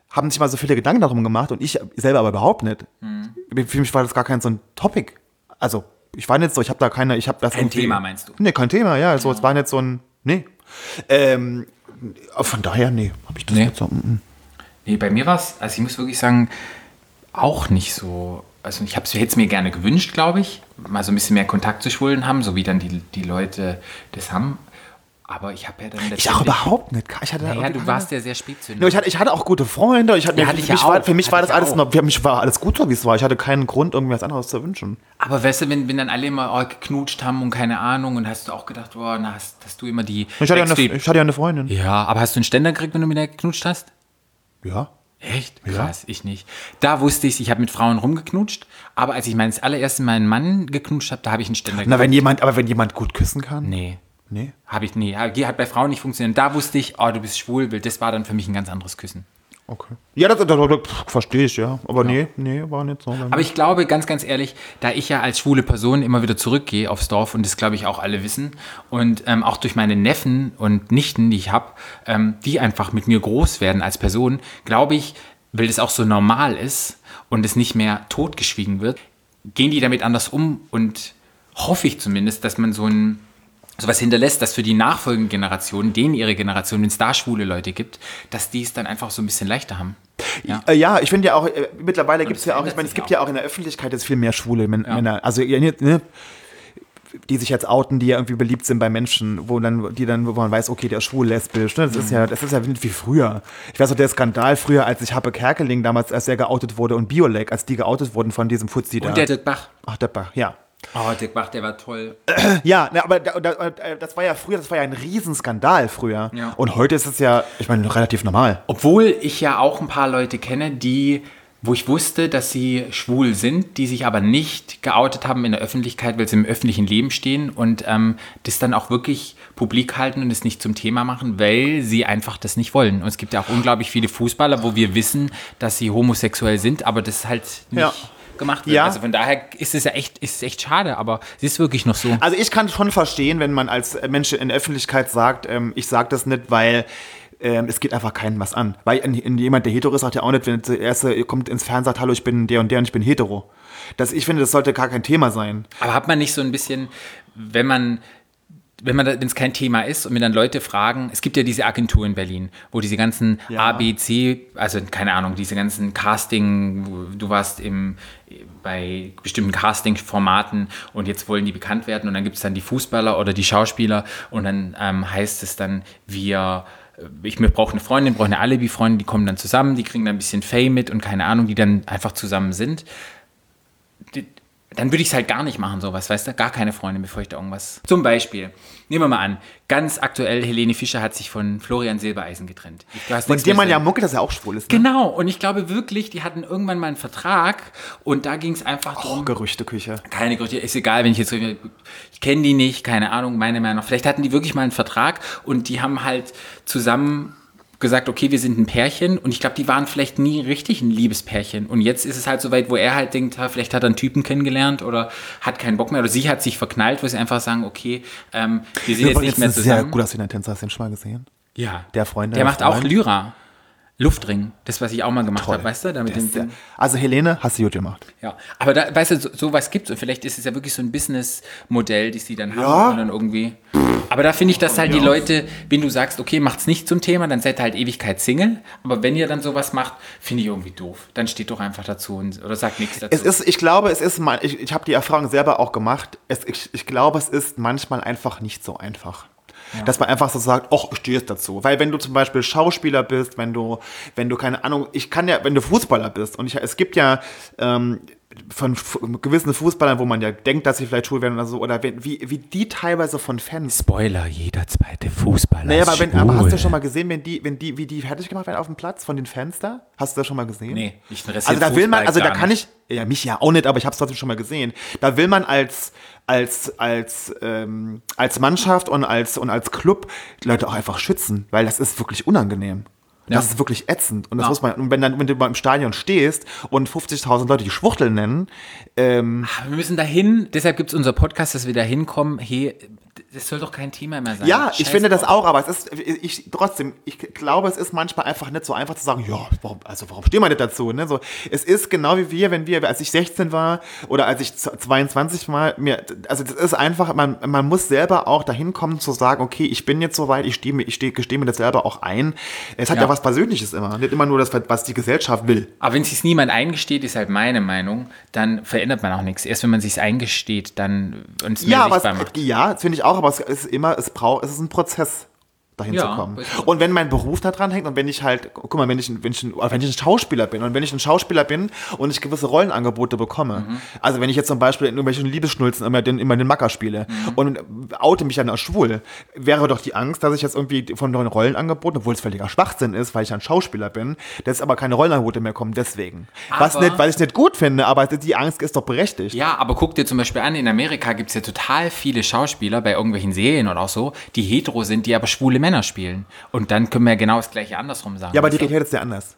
[SPEAKER 4] haben sich mal so viele Gedanken darum gemacht und ich selber aber überhaupt nicht.
[SPEAKER 1] Hm.
[SPEAKER 4] Für mich war das gar kein so ein Topic. Also ich war nicht so, ich habe da keine, ich habe das
[SPEAKER 1] Kein Thema, meinst du?
[SPEAKER 4] Nee, kein Thema, ja. Also es war nicht so ein, nee. Ähm, von daher, nee, habe ich das
[SPEAKER 1] Nee.
[SPEAKER 4] nicht so. mm, mm.
[SPEAKER 1] Nee, bei mir war es, also ich muss wirklich sagen, auch nicht so. Also ich hätte es mir gerne gewünscht, glaube ich, mal so ein bisschen mehr Kontakt zu Schwulen haben, so wie dann die, die Leute das haben. Aber ich habe ja dann
[SPEAKER 4] Ich auch
[SPEAKER 1] letztendlich-
[SPEAKER 4] überhaupt nicht. Ich hatte da
[SPEAKER 1] Naja,
[SPEAKER 4] irgendwie
[SPEAKER 1] du
[SPEAKER 4] keine-
[SPEAKER 1] warst ja sehr
[SPEAKER 4] Ja,
[SPEAKER 1] spätzünder.
[SPEAKER 4] ich, hatte, ich hatte auch gute Freunde. Ich hatte,
[SPEAKER 1] Ja, hatte ich
[SPEAKER 4] für,
[SPEAKER 1] ja
[SPEAKER 4] mich war,
[SPEAKER 1] auch.
[SPEAKER 4] für mich war
[SPEAKER 1] Hatte
[SPEAKER 4] das
[SPEAKER 1] ich ja
[SPEAKER 4] alles,
[SPEAKER 1] auch.
[SPEAKER 4] noch, für mich war alles gut, so wie es war. Ich hatte keinen Grund, irgendwie was anderes zu wünschen.
[SPEAKER 1] Aber weißt du, wenn, wenn dann alle immer oh, geknutscht haben und keine Ahnung und hast du auch gedacht, boah, na, hast, hast du immer die...
[SPEAKER 4] Ich hatte, ja eine,
[SPEAKER 1] Backstreet-
[SPEAKER 4] ich hatte ja eine Freundin.
[SPEAKER 1] ja, aber hast du einen Ständer gekriegt, wenn du mit der geknutscht hast?
[SPEAKER 4] Ja.
[SPEAKER 1] Echt? Krass, ich nicht. Da wusste ich, ich habe mit Frauen rumgeknutscht, aber als ich mein, das allererste Mal einen Mann geknutscht habe, da habe ich einen Ständer
[SPEAKER 4] Na, wenn jemand, aber wenn jemand gut küssen kann?
[SPEAKER 1] Nee.
[SPEAKER 4] Nee.
[SPEAKER 1] Habe ich nie. Hab- Die hat halt bei Frauen nicht funktioniert. Da wusste ich, oh, du bist schwul, weil das war dann für mich ein ganz anderes Küssen.
[SPEAKER 4] Okay. Ja, das, das, das, pff, verstehe ich, ja. Aber nee, nee, war nicht so.
[SPEAKER 1] Aber ich glaube, ganz, ganz ehrlich, da ich ja als schwule Person immer wieder zurückgehe aufs Dorf und das glaube ich auch alle wissen und ähm, auch durch meine Neffen und Nichten, die ich habe, ähm, die einfach mit mir groß werden als Person, glaube ich, weil das auch so normal ist und es nicht mehr totgeschwiegen wird, gehen die damit anders um und hoffe ich zumindest, dass man so ein sowas hinterlässt, dass für die nachfolgenden Generationen, denen ihre Generation, wenn es da schwule Leute gibt, dass die es dann einfach so ein bisschen leichter haben. Ja.
[SPEAKER 4] Äh, ja, ich finde ja auch, äh, mittlerweile gibt es ja auch, ich
[SPEAKER 1] ändert
[SPEAKER 4] meine, es
[SPEAKER 1] sich
[SPEAKER 4] gibt
[SPEAKER 1] auch.
[SPEAKER 4] ja auch in der Öffentlichkeit jetzt viel mehr schwule Men Männer. Also, ja, ne, ne, die sich jetzt outen, die ja irgendwie beliebt sind bei Menschen, wo dann, die dann, wo man weiß, okay, der ist schwul, lesbisch. Ne? Das ist ja, das ist ja nicht wie früher. Ich weiß noch, der Skandal früher, als ich Happe Kerkeling damals, als er geoutet wurde und Biolek, als die geoutet wurden von diesem Fuzzi da.
[SPEAKER 1] Und der Dirk Bach.
[SPEAKER 4] Ach, der Bach, ja.
[SPEAKER 1] Oh, Dirk Bach, der war toll.
[SPEAKER 4] Ja, na, aber da, da, äh, das war ja früher, das war ja ein Riesenskandal früher.
[SPEAKER 1] Ja.
[SPEAKER 4] Und heute ist es ja, ich meine, relativ normal.
[SPEAKER 1] Obwohl ich ja auch ein paar Leute kenne, die, wo ich wusste, dass sie schwul sind, die sich aber nicht geoutet haben in der Öffentlichkeit, weil sie im öffentlichen Leben stehen und ähm, das dann auch wirklich publik halten und es nicht zum Thema machen, weil sie einfach das nicht wollen. Und es gibt ja auch unglaublich viele Fußballer, wo wir wissen, dass sie homosexuell sind, aber das halt nicht
[SPEAKER 4] Ja.
[SPEAKER 1] gemacht wird.
[SPEAKER 4] Ja.
[SPEAKER 1] Also von daher ist es ja echt, ist es echt schade, aber es ist wirklich noch so.
[SPEAKER 4] Also ich kann schon verstehen, wenn man als Mensch in der Öffentlichkeit sagt, ähm, ich sage das nicht, weil ähm, es geht einfach keinen was an. Weil ein, ein, jemand, der hetero ist, sagt ja auch nicht, wenn der erste kommt ins Fernsehen sagt, hallo, ich bin der und der und ich bin hetero. Das, ich finde, das sollte gar kein Thema sein.
[SPEAKER 1] Aber hat man nicht so ein bisschen, wenn man, wenn man, da- wenn es kein Thema ist und mir dann Leute fragen, es gibt ja diese Agentur in Berlin, wo diese ganzen A, B, C, also keine Ahnung, diese ganzen Casting, du warst im, bei bestimmten Casting-Formaten und jetzt wollen die bekannt werden und dann gibt es dann die Fußballer oder die Schauspieler und dann ähm, heißt es dann, wir äh, ich brauche eine Freundin, brauche eine Alibi-Freundin, die kommen dann zusammen, die kriegen dann ein bisschen Fame mit und keine Ahnung, die dann einfach zusammen sind die- dann würde ich es halt gar nicht machen, sowas, weißt du? Gar keine Freundin, bevor ich da irgendwas. Zum Beispiel, nehmen wir mal an, ganz aktuell, Helene Fischer hat sich von Florian Silbereisen getrennt. Ich- du hast nichts
[SPEAKER 4] Und dem man
[SPEAKER 1] mehr
[SPEAKER 4] ja
[SPEAKER 1] sehen.
[SPEAKER 4] munkelt, dass er auch schwul ist. Ne?
[SPEAKER 1] Genau, und ich glaube wirklich, die hatten irgendwann mal einen Vertrag und da ging es einfach
[SPEAKER 4] Oh,
[SPEAKER 1] darum.
[SPEAKER 4] Gerüchteküche.
[SPEAKER 1] keine Gerüchte, ist egal, wenn ich jetzt. Ich kenne die nicht, keine Ahnung, meine Meinung. nach. Vielleicht hatten die wirklich mal einen Vertrag und die haben halt zusammen gesagt, okay, wir sind ein Pärchen und ich glaube, die waren vielleicht nie richtig ein Liebespärchen. Und jetzt ist es halt so weit, wo er halt denkt, ha, vielleicht hat er einen Typen kennengelernt oder hat keinen Bock mehr oder sie hat sich verknallt, wo sie einfach sagen, okay, ähm, wir sind jetzt nicht mehr
[SPEAKER 4] ein sehr
[SPEAKER 1] zusammen.
[SPEAKER 4] gut aussehender Tänzer, hast du den schon mal gesehen?
[SPEAKER 1] ja,
[SPEAKER 4] der Freund,
[SPEAKER 1] Der
[SPEAKER 4] der
[SPEAKER 1] macht auch
[SPEAKER 4] Freund.
[SPEAKER 1] Lyra. Luftring, das, was ich auch mal gemacht
[SPEAKER 4] Toll.
[SPEAKER 1] habe, weißt du? Damit
[SPEAKER 4] Der
[SPEAKER 1] den,
[SPEAKER 4] ist sehr- Also Helene, hast du gut gemacht.
[SPEAKER 1] ja, aber da, weißt du, so, sowas gibt's und vielleicht ist es ja wirklich so ein Businessmodell, das die dann haben
[SPEAKER 4] Ja.
[SPEAKER 1] und dann irgendwie. Aber da finde ich, dass halt die Leute, wenn du sagst, okay, macht's nicht zum Thema, dann seid ihr halt Ewigkeit Single. Aber wenn ihr dann sowas macht, finde ich irgendwie doof. Dann steht doch einfach dazu und, oder sagt nichts dazu.
[SPEAKER 4] Es ist, ich glaube, es ist mal, ich, ich habe die Erfahrung selber auch gemacht. Es, ich, ich glaube, es ist manchmal einfach nicht so einfach. Dass man einfach so sagt, ach, ich stehe jetzt dazu. Weil wenn du zum Beispiel Schauspieler bist, wenn du, wenn du, keine Ahnung, ich kann ja, wenn du Fußballer bist und ich, es gibt ja ähm, von fu- gewissen Fußballern, wo man ja denkt, dass sie vielleicht schwul werden oder so, oder wenn, wie, wie die teilweise von Fans
[SPEAKER 1] Spoiler, jeder zweite Fußballer.
[SPEAKER 4] naja, aber, wenn, aber hast du schon mal gesehen, wenn die, wenn die, wie die fertig gemacht werden auf dem Platz von den Fans da? Hast du das schon mal gesehen?
[SPEAKER 1] Nee, ich interessiert
[SPEAKER 4] Also da will man,
[SPEAKER 1] Fußball
[SPEAKER 4] also da
[SPEAKER 1] gar
[SPEAKER 4] kann ich, ja mich ja auch nicht, aber ich habe es trotzdem schon mal gesehen. Da will man als als als ähm, als Mannschaft und als und als Club die Leute auch einfach schützen, weil das ist wirklich unangenehm. Und
[SPEAKER 1] Ja.
[SPEAKER 4] Das ist wirklich ätzend und das
[SPEAKER 1] Ja.
[SPEAKER 4] muss man. Und wenn dann wenn du mal im Stadion stehst und 50.000 Leute die Schwuchtel nennen,
[SPEAKER 1] Ah, Wir müssen dahin, deshalb gibt's unser Podcast, dass wir da hinkommen. Hey, das soll doch kein Thema mehr sein.
[SPEAKER 4] ja, ich
[SPEAKER 1] Scheiß
[SPEAKER 4] finde das
[SPEAKER 1] drauf.
[SPEAKER 4] auch, aber es ist ich trotzdem. Ich glaube, es ist manchmal einfach nicht so einfach zu sagen, ja, warum, also warum stehen wir nicht dazu? Ne? So, es ist genau wie wir, wenn wir, als ich 16 war oder als ich z- 22 war, mir, also das ist einfach, man, man muss selber auch dahin kommen zu sagen, okay, ich bin jetzt soweit, ich stehe mir, ich stehe, gestehe mir das selber auch ein. Es hat ja,
[SPEAKER 1] Ja.
[SPEAKER 4] was Persönliches immer, nicht immer nur das, was die Gesellschaft will.
[SPEAKER 1] Aber wenn sich niemand eingesteht, ist halt meine Meinung, dann verändert man auch nichts. Erst wenn man sich eingesteht, dann und es mehr
[SPEAKER 4] Ja, aber
[SPEAKER 1] sichtbar
[SPEAKER 4] es,
[SPEAKER 1] macht.
[SPEAKER 4] ja, das finde ich auch, aber es ist immer, es braucht, es ist ein Prozess dahin
[SPEAKER 1] Ja,
[SPEAKER 4] zu kommen.
[SPEAKER 1] weiß ich.
[SPEAKER 4] Und wenn mein Beruf da dran hängt und wenn ich halt, guck mal, wenn ich, ein- wenn, ich ein, oder wenn ich ein Schauspieler bin und wenn ich ein Schauspieler bin und ich gewisse Rollenangebote bekomme,
[SPEAKER 1] Mhm.
[SPEAKER 4] also wenn ich jetzt zum Beispiel in irgendwelchen Liebesschnulzen immer den, immer den Macker spiele
[SPEAKER 1] Mhm.
[SPEAKER 4] und oute mich dann als schwul, wäre doch die Angst, dass ich jetzt irgendwie von neuen Rollenangeboten, obwohl es völliger Schwachsinn ist, weil ich ein Schauspieler bin, dass aber keine Rollenangebote mehr kommen deswegen. Was
[SPEAKER 1] Aber-
[SPEAKER 4] nicht, weil ich es nicht gut finde, aber die Angst ist doch berechtigt.
[SPEAKER 1] Ja, aber guck dir zum Beispiel an, in Amerika gibt's ja total viele Schauspieler bei irgendwelchen Serien oder auch so, die hetero sind, die aber schwule Männer spielen. Und dann können wir ja genau das gleiche andersrum sagen.
[SPEAKER 4] Ja, aber die
[SPEAKER 1] Realität,
[SPEAKER 4] Realität ist ja anders.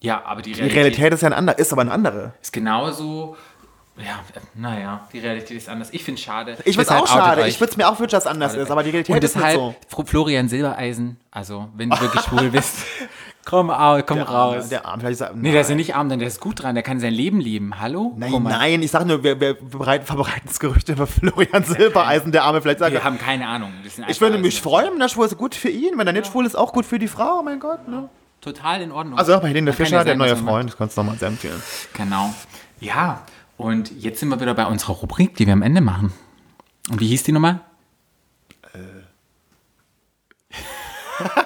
[SPEAKER 1] ja, aber die
[SPEAKER 4] Die
[SPEAKER 1] Realität,
[SPEAKER 4] Realität ist ja ein anderer, ist aber eine andere.
[SPEAKER 1] ist genauso. Ja, naja, die Realität ist anders. Ich finde es schade.
[SPEAKER 4] Ich find's
[SPEAKER 1] Deshalb
[SPEAKER 4] auch
[SPEAKER 1] outet
[SPEAKER 4] schade.
[SPEAKER 1] euch.
[SPEAKER 4] Ich würde es mir auch wünschen, dass es anders ist, aber die Realität
[SPEAKER 1] Und
[SPEAKER 4] ist nicht
[SPEAKER 1] deshalb,
[SPEAKER 4] so.
[SPEAKER 1] Fro- Florian Silbereisen, also wenn du wirklich schwul
[SPEAKER 4] [LAUGHS]
[SPEAKER 1] bist, komm, au, komm raus.
[SPEAKER 4] Ah, Der Arm, vielleicht ist er,
[SPEAKER 1] Nee, der ist ja nicht arm, denn der ist gut dran, der kann sein Leben leben. Hallo?
[SPEAKER 4] nein,
[SPEAKER 1] Guck mal,
[SPEAKER 4] nein, ich sag nur, wir, wir bereiten, verbreiten [LAUGHS] das Gerücht über Florian Silbereisen, der Arme, vielleicht sagt
[SPEAKER 1] Wir
[SPEAKER 4] er.
[SPEAKER 1] haben keine Ahnung. Das sind
[SPEAKER 4] Ich
[SPEAKER 1] einfach
[SPEAKER 4] würde
[SPEAKER 1] alles-
[SPEAKER 4] mich freuen, wenn er schwul ist, gut für ihn. Wenn er nicht schwul ist, auch gut für die Frau, oh mein Gott. Ne?
[SPEAKER 1] Total in Ordnung.
[SPEAKER 4] Also nochmal Helene
[SPEAKER 1] Man kann
[SPEAKER 4] Fischer,
[SPEAKER 1] ja
[SPEAKER 4] der
[SPEAKER 1] sagen, was
[SPEAKER 4] neue
[SPEAKER 1] man macht.
[SPEAKER 4] Freund, das kannst du nochmal sehr empfehlen.
[SPEAKER 1] Genau. Ja, und jetzt sind wir wieder bei unserer Rubrik, die wir am Ende machen. Und wie hieß die nochmal?
[SPEAKER 4] Äh.
[SPEAKER 1] [LAUGHS]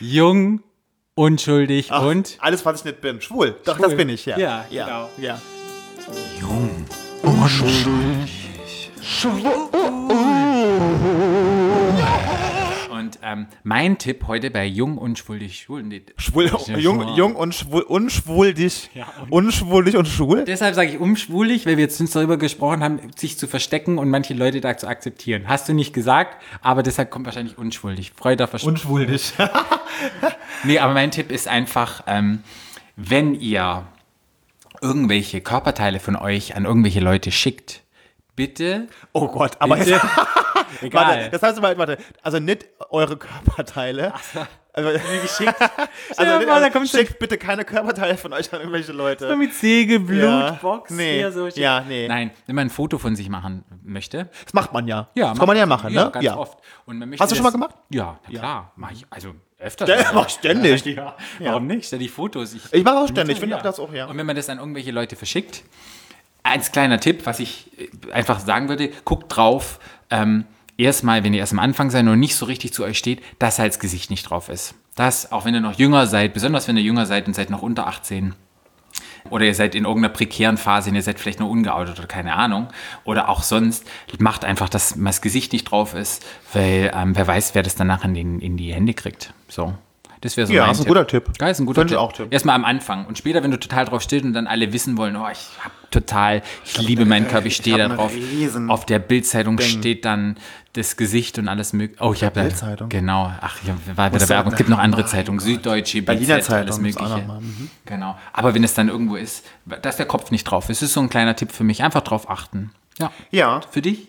[SPEAKER 1] Jung, unschuldig und
[SPEAKER 4] Alles, was ich nicht bin. Schwul. Doch, das bin ich, genau, ja.
[SPEAKER 1] Ja,
[SPEAKER 4] ja,
[SPEAKER 1] genau.
[SPEAKER 4] ja.
[SPEAKER 1] Jung, Und ähm, mein Tipp heute bei Jung und Schwuldig Schwulen. nee,
[SPEAKER 4] Schwul,
[SPEAKER 1] Ja,
[SPEAKER 4] jung,
[SPEAKER 1] schwul.
[SPEAKER 4] jung und schwul, unschwul dich. unschwul dich und schwul?
[SPEAKER 1] Deshalb sage ich umschwulig, weil wir jetzt uns darüber gesprochen haben, sich zu verstecken und manche Leute da zu akzeptieren. Hast du nicht gesagt, aber deshalb kommt wahrscheinlich unschwulig. Freude auf Versch-
[SPEAKER 4] Unschwul dich.
[SPEAKER 1] Nee, aber mein Tipp ist einfach, ähm, wenn ihr irgendwelche Körperteile von euch an irgendwelche Leute schickt, bitte.
[SPEAKER 4] Oh Gott, aber jetzt,
[SPEAKER 1] bitte
[SPEAKER 4] warte,
[SPEAKER 1] egal.
[SPEAKER 4] das heißt, warte, warte, also nicht eure Körperteile. Also,
[SPEAKER 1] geschickt.
[SPEAKER 4] [LAUGHS] also,
[SPEAKER 1] mal, da kommt so-
[SPEAKER 4] schickt bitte keine Körperteile von euch an irgendwelche Leute.
[SPEAKER 1] mit Säge, Blut,
[SPEAKER 4] Ja.
[SPEAKER 1] Box,
[SPEAKER 4] Nee.
[SPEAKER 1] eher so Shit.
[SPEAKER 4] Ja, nee.
[SPEAKER 1] Nein, wenn man ein Foto von sich machen möchte.
[SPEAKER 4] Das macht man ja. das
[SPEAKER 1] mach-
[SPEAKER 4] kann man ja machen,
[SPEAKER 1] ja,
[SPEAKER 4] ne?
[SPEAKER 1] Ganz oft. Und man möchte
[SPEAKER 4] Hast du schon mal
[SPEAKER 1] das-
[SPEAKER 4] gemacht?
[SPEAKER 1] Ja, na klar. Mach ich, also öfter.
[SPEAKER 4] Ja, mach ich
[SPEAKER 1] [LAUGHS]
[SPEAKER 4] ständig.
[SPEAKER 1] Ja, warum nicht? Ständig Fotos.
[SPEAKER 4] Ich mache auch ständig, ich finde auch das auch, ja.
[SPEAKER 1] Und wenn man das an irgendwelche Leute verschickt, als kleiner Tipp, was ich äh, einfach sagen würde, guckt drauf, ähm, erstmal, wenn ihr erst am Anfang seid und nicht so richtig zu euch steht, dass halt das Gesicht nicht drauf ist. Das, auch wenn ihr noch jünger seid, besonders wenn ihr jünger seid und seid noch unter 18, oder ihr seid in irgendeiner prekären Phase und ihr seid vielleicht nur ungeoutet oder keine Ahnung. Oder auch sonst, macht einfach, dass das Gesicht nicht drauf ist, weil ähm, wer weiß, wer das danach in, den, in die Hände kriegt. So. Das wäre so
[SPEAKER 4] Ja,
[SPEAKER 1] mein
[SPEAKER 4] ist ein guter Tipp.
[SPEAKER 1] Geil, ist ein guter
[SPEAKER 4] Finde ich
[SPEAKER 1] Tipp.
[SPEAKER 4] auch Tipp.
[SPEAKER 1] Erstmal am Anfang. Und später, wenn du total drauf stehst und dann alle wissen wollen, oh, ich hab total, ich liebe meinen Körper, ich stehe da
[SPEAKER 4] hab
[SPEAKER 1] drauf.
[SPEAKER 4] einen riesen
[SPEAKER 1] Auf der Bildzeitung steht dann das Gesicht und alles mögliche. Oh, ich habe
[SPEAKER 4] Bildzeitung?
[SPEAKER 1] Genau. Ach, ja, war bei der
[SPEAKER 4] du-
[SPEAKER 1] Werbung. Es gibt noch andere Zeitungen, Süddeutsche,
[SPEAKER 4] Berliner
[SPEAKER 1] BZ, alles
[SPEAKER 4] Zeitung, muss auch
[SPEAKER 1] Mögliche.
[SPEAKER 4] noch mal, mhm.
[SPEAKER 1] Genau. Aber wenn es dann irgendwo ist, dass der Kopf nicht drauf ist, ist so ein kleiner Tipp für mich. Einfach drauf achten. Ja.
[SPEAKER 4] Ja.
[SPEAKER 1] Für dich?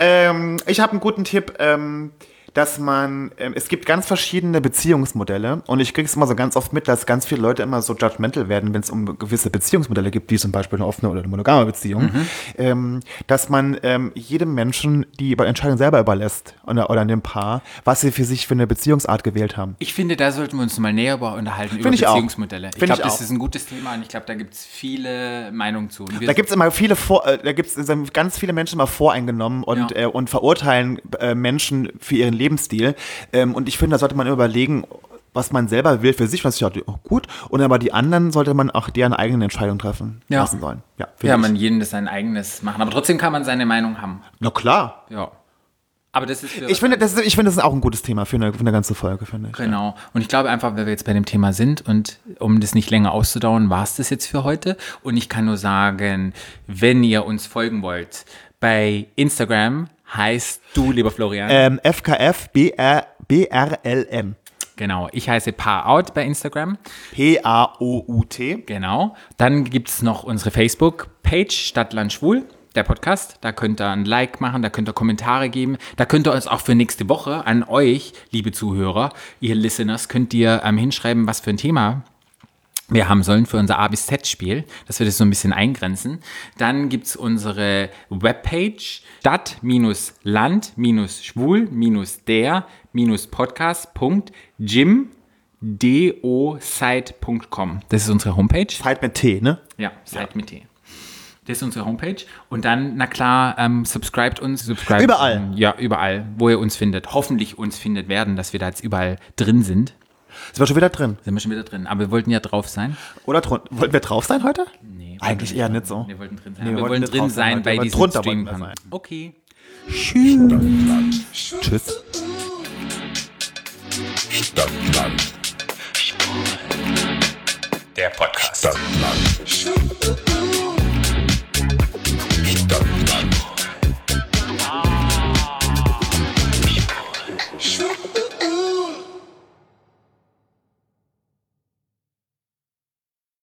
[SPEAKER 4] Ähm, ich habe einen guten Tipp, ähm, dass man, ähm, es gibt ganz verschiedene Beziehungsmodelle und ich krieg's immer so ganz oft mit, dass ganz viele Leute immer so judgmental werden, wenn es um gewisse Beziehungsmodelle gibt, wie zum Beispiel eine offene oder eine monogame Beziehung, ähm, dass man ähm, jedem Menschen die Über- Entscheidung selber überlässt oder, oder dem Paar, was sie für sich für eine Beziehungsart gewählt haben.
[SPEAKER 1] Ich finde, da sollten wir uns mal näher über unterhalten, über
[SPEAKER 4] Finde ich auch.
[SPEAKER 1] Beziehungsmodelle. Ich
[SPEAKER 4] Finde
[SPEAKER 1] glaube,
[SPEAKER 4] ich
[SPEAKER 1] das
[SPEAKER 4] auch.
[SPEAKER 1] ist ein gutes Thema und ich glaube, da gibt es viele Meinungen zu. Und wir
[SPEAKER 4] Da gibt's immer viele Vor äh, da gibt's sind ganz viele Menschen immer voreingenommen und,
[SPEAKER 1] Ja.
[SPEAKER 4] äh, und verurteilen äh, Menschen für ihren Lebensstil. Ähm, und ich finde, da sollte man überlegen, was man selber will für sich, was ich dachte, oh, gut. Und aber die anderen sollte man auch deren eigene Entscheidung treffen
[SPEAKER 1] Ja.
[SPEAKER 4] lassen sollen. Ja, finde
[SPEAKER 1] ja,
[SPEAKER 4] ich.
[SPEAKER 1] man jeden das sein eigenes machen. Aber trotzdem kann man seine Meinung haben.
[SPEAKER 4] Na klar.
[SPEAKER 1] Ja. Aber das ist für
[SPEAKER 4] Ich finde, das ist, ich finde, das ist auch ein gutes Thema für eine, für eine ganze Folge, finde ich.
[SPEAKER 1] Genau. Und ich glaube einfach, weil wir jetzt bei dem Thema sind und um das nicht länger auszudauern, war es das jetzt für heute. Und ich kann nur sagen, wenn ihr uns folgen wollt, bei Instagram heißt du, lieber Florian.
[SPEAKER 4] Ähm, FKF BR, BRLM.
[SPEAKER 1] Genau. Ich heiße Paarout bei Instagram.
[SPEAKER 4] P-A-O-U-T.
[SPEAKER 1] Genau. Dann gibt es noch unsere Facebook-Page Stadtland Schwul, der Podcast. Da könnt ihr ein Like machen, da könnt ihr Kommentare geben. Da könnt ihr uns auch für nächste Woche an euch, liebe Zuhörer, ihr Listeners, könnt ihr ähm, hinschreiben, was für ein Thema wir haben sollen für unser A bis Z-Spiel, dass wir das so ein bisschen eingrenzen. Dann gibt es unsere Webpage stadt-land-schwul-der-podcast.gymdosite.com. Das ist unsere Homepage.
[SPEAKER 4] Zeit mit T, ne?
[SPEAKER 1] Ja, Side mit T. Das ist unsere Homepage. Und dann, na klar, ähm, subscribt uns. Subscribt,
[SPEAKER 4] Überall.
[SPEAKER 1] Ähm, ja, überall, wo ihr uns findet. Hoffentlich uns findet werden, dass wir da jetzt überall drin sind.
[SPEAKER 4] Sind wir schon wieder drin.
[SPEAKER 1] Sind wir schon wieder drin. Aber wir wollten ja drauf sein.
[SPEAKER 4] Oder drunter. Wollten wir drauf sein heute?
[SPEAKER 1] Nee,
[SPEAKER 4] Eigentlich eher nicht so.
[SPEAKER 1] Wir wollten drin sein.
[SPEAKER 4] Nee,
[SPEAKER 1] wir, wollen
[SPEAKER 4] nicht
[SPEAKER 1] drin
[SPEAKER 4] drauf
[SPEAKER 1] sein
[SPEAKER 4] heute,
[SPEAKER 1] bei
[SPEAKER 4] aber
[SPEAKER 1] diesem
[SPEAKER 4] drunter wollten
[SPEAKER 1] Stream.
[SPEAKER 4] wir sein.
[SPEAKER 1] Okay.
[SPEAKER 4] Tschüss.
[SPEAKER 3] Stadtland. Der Podcast. Stadtland.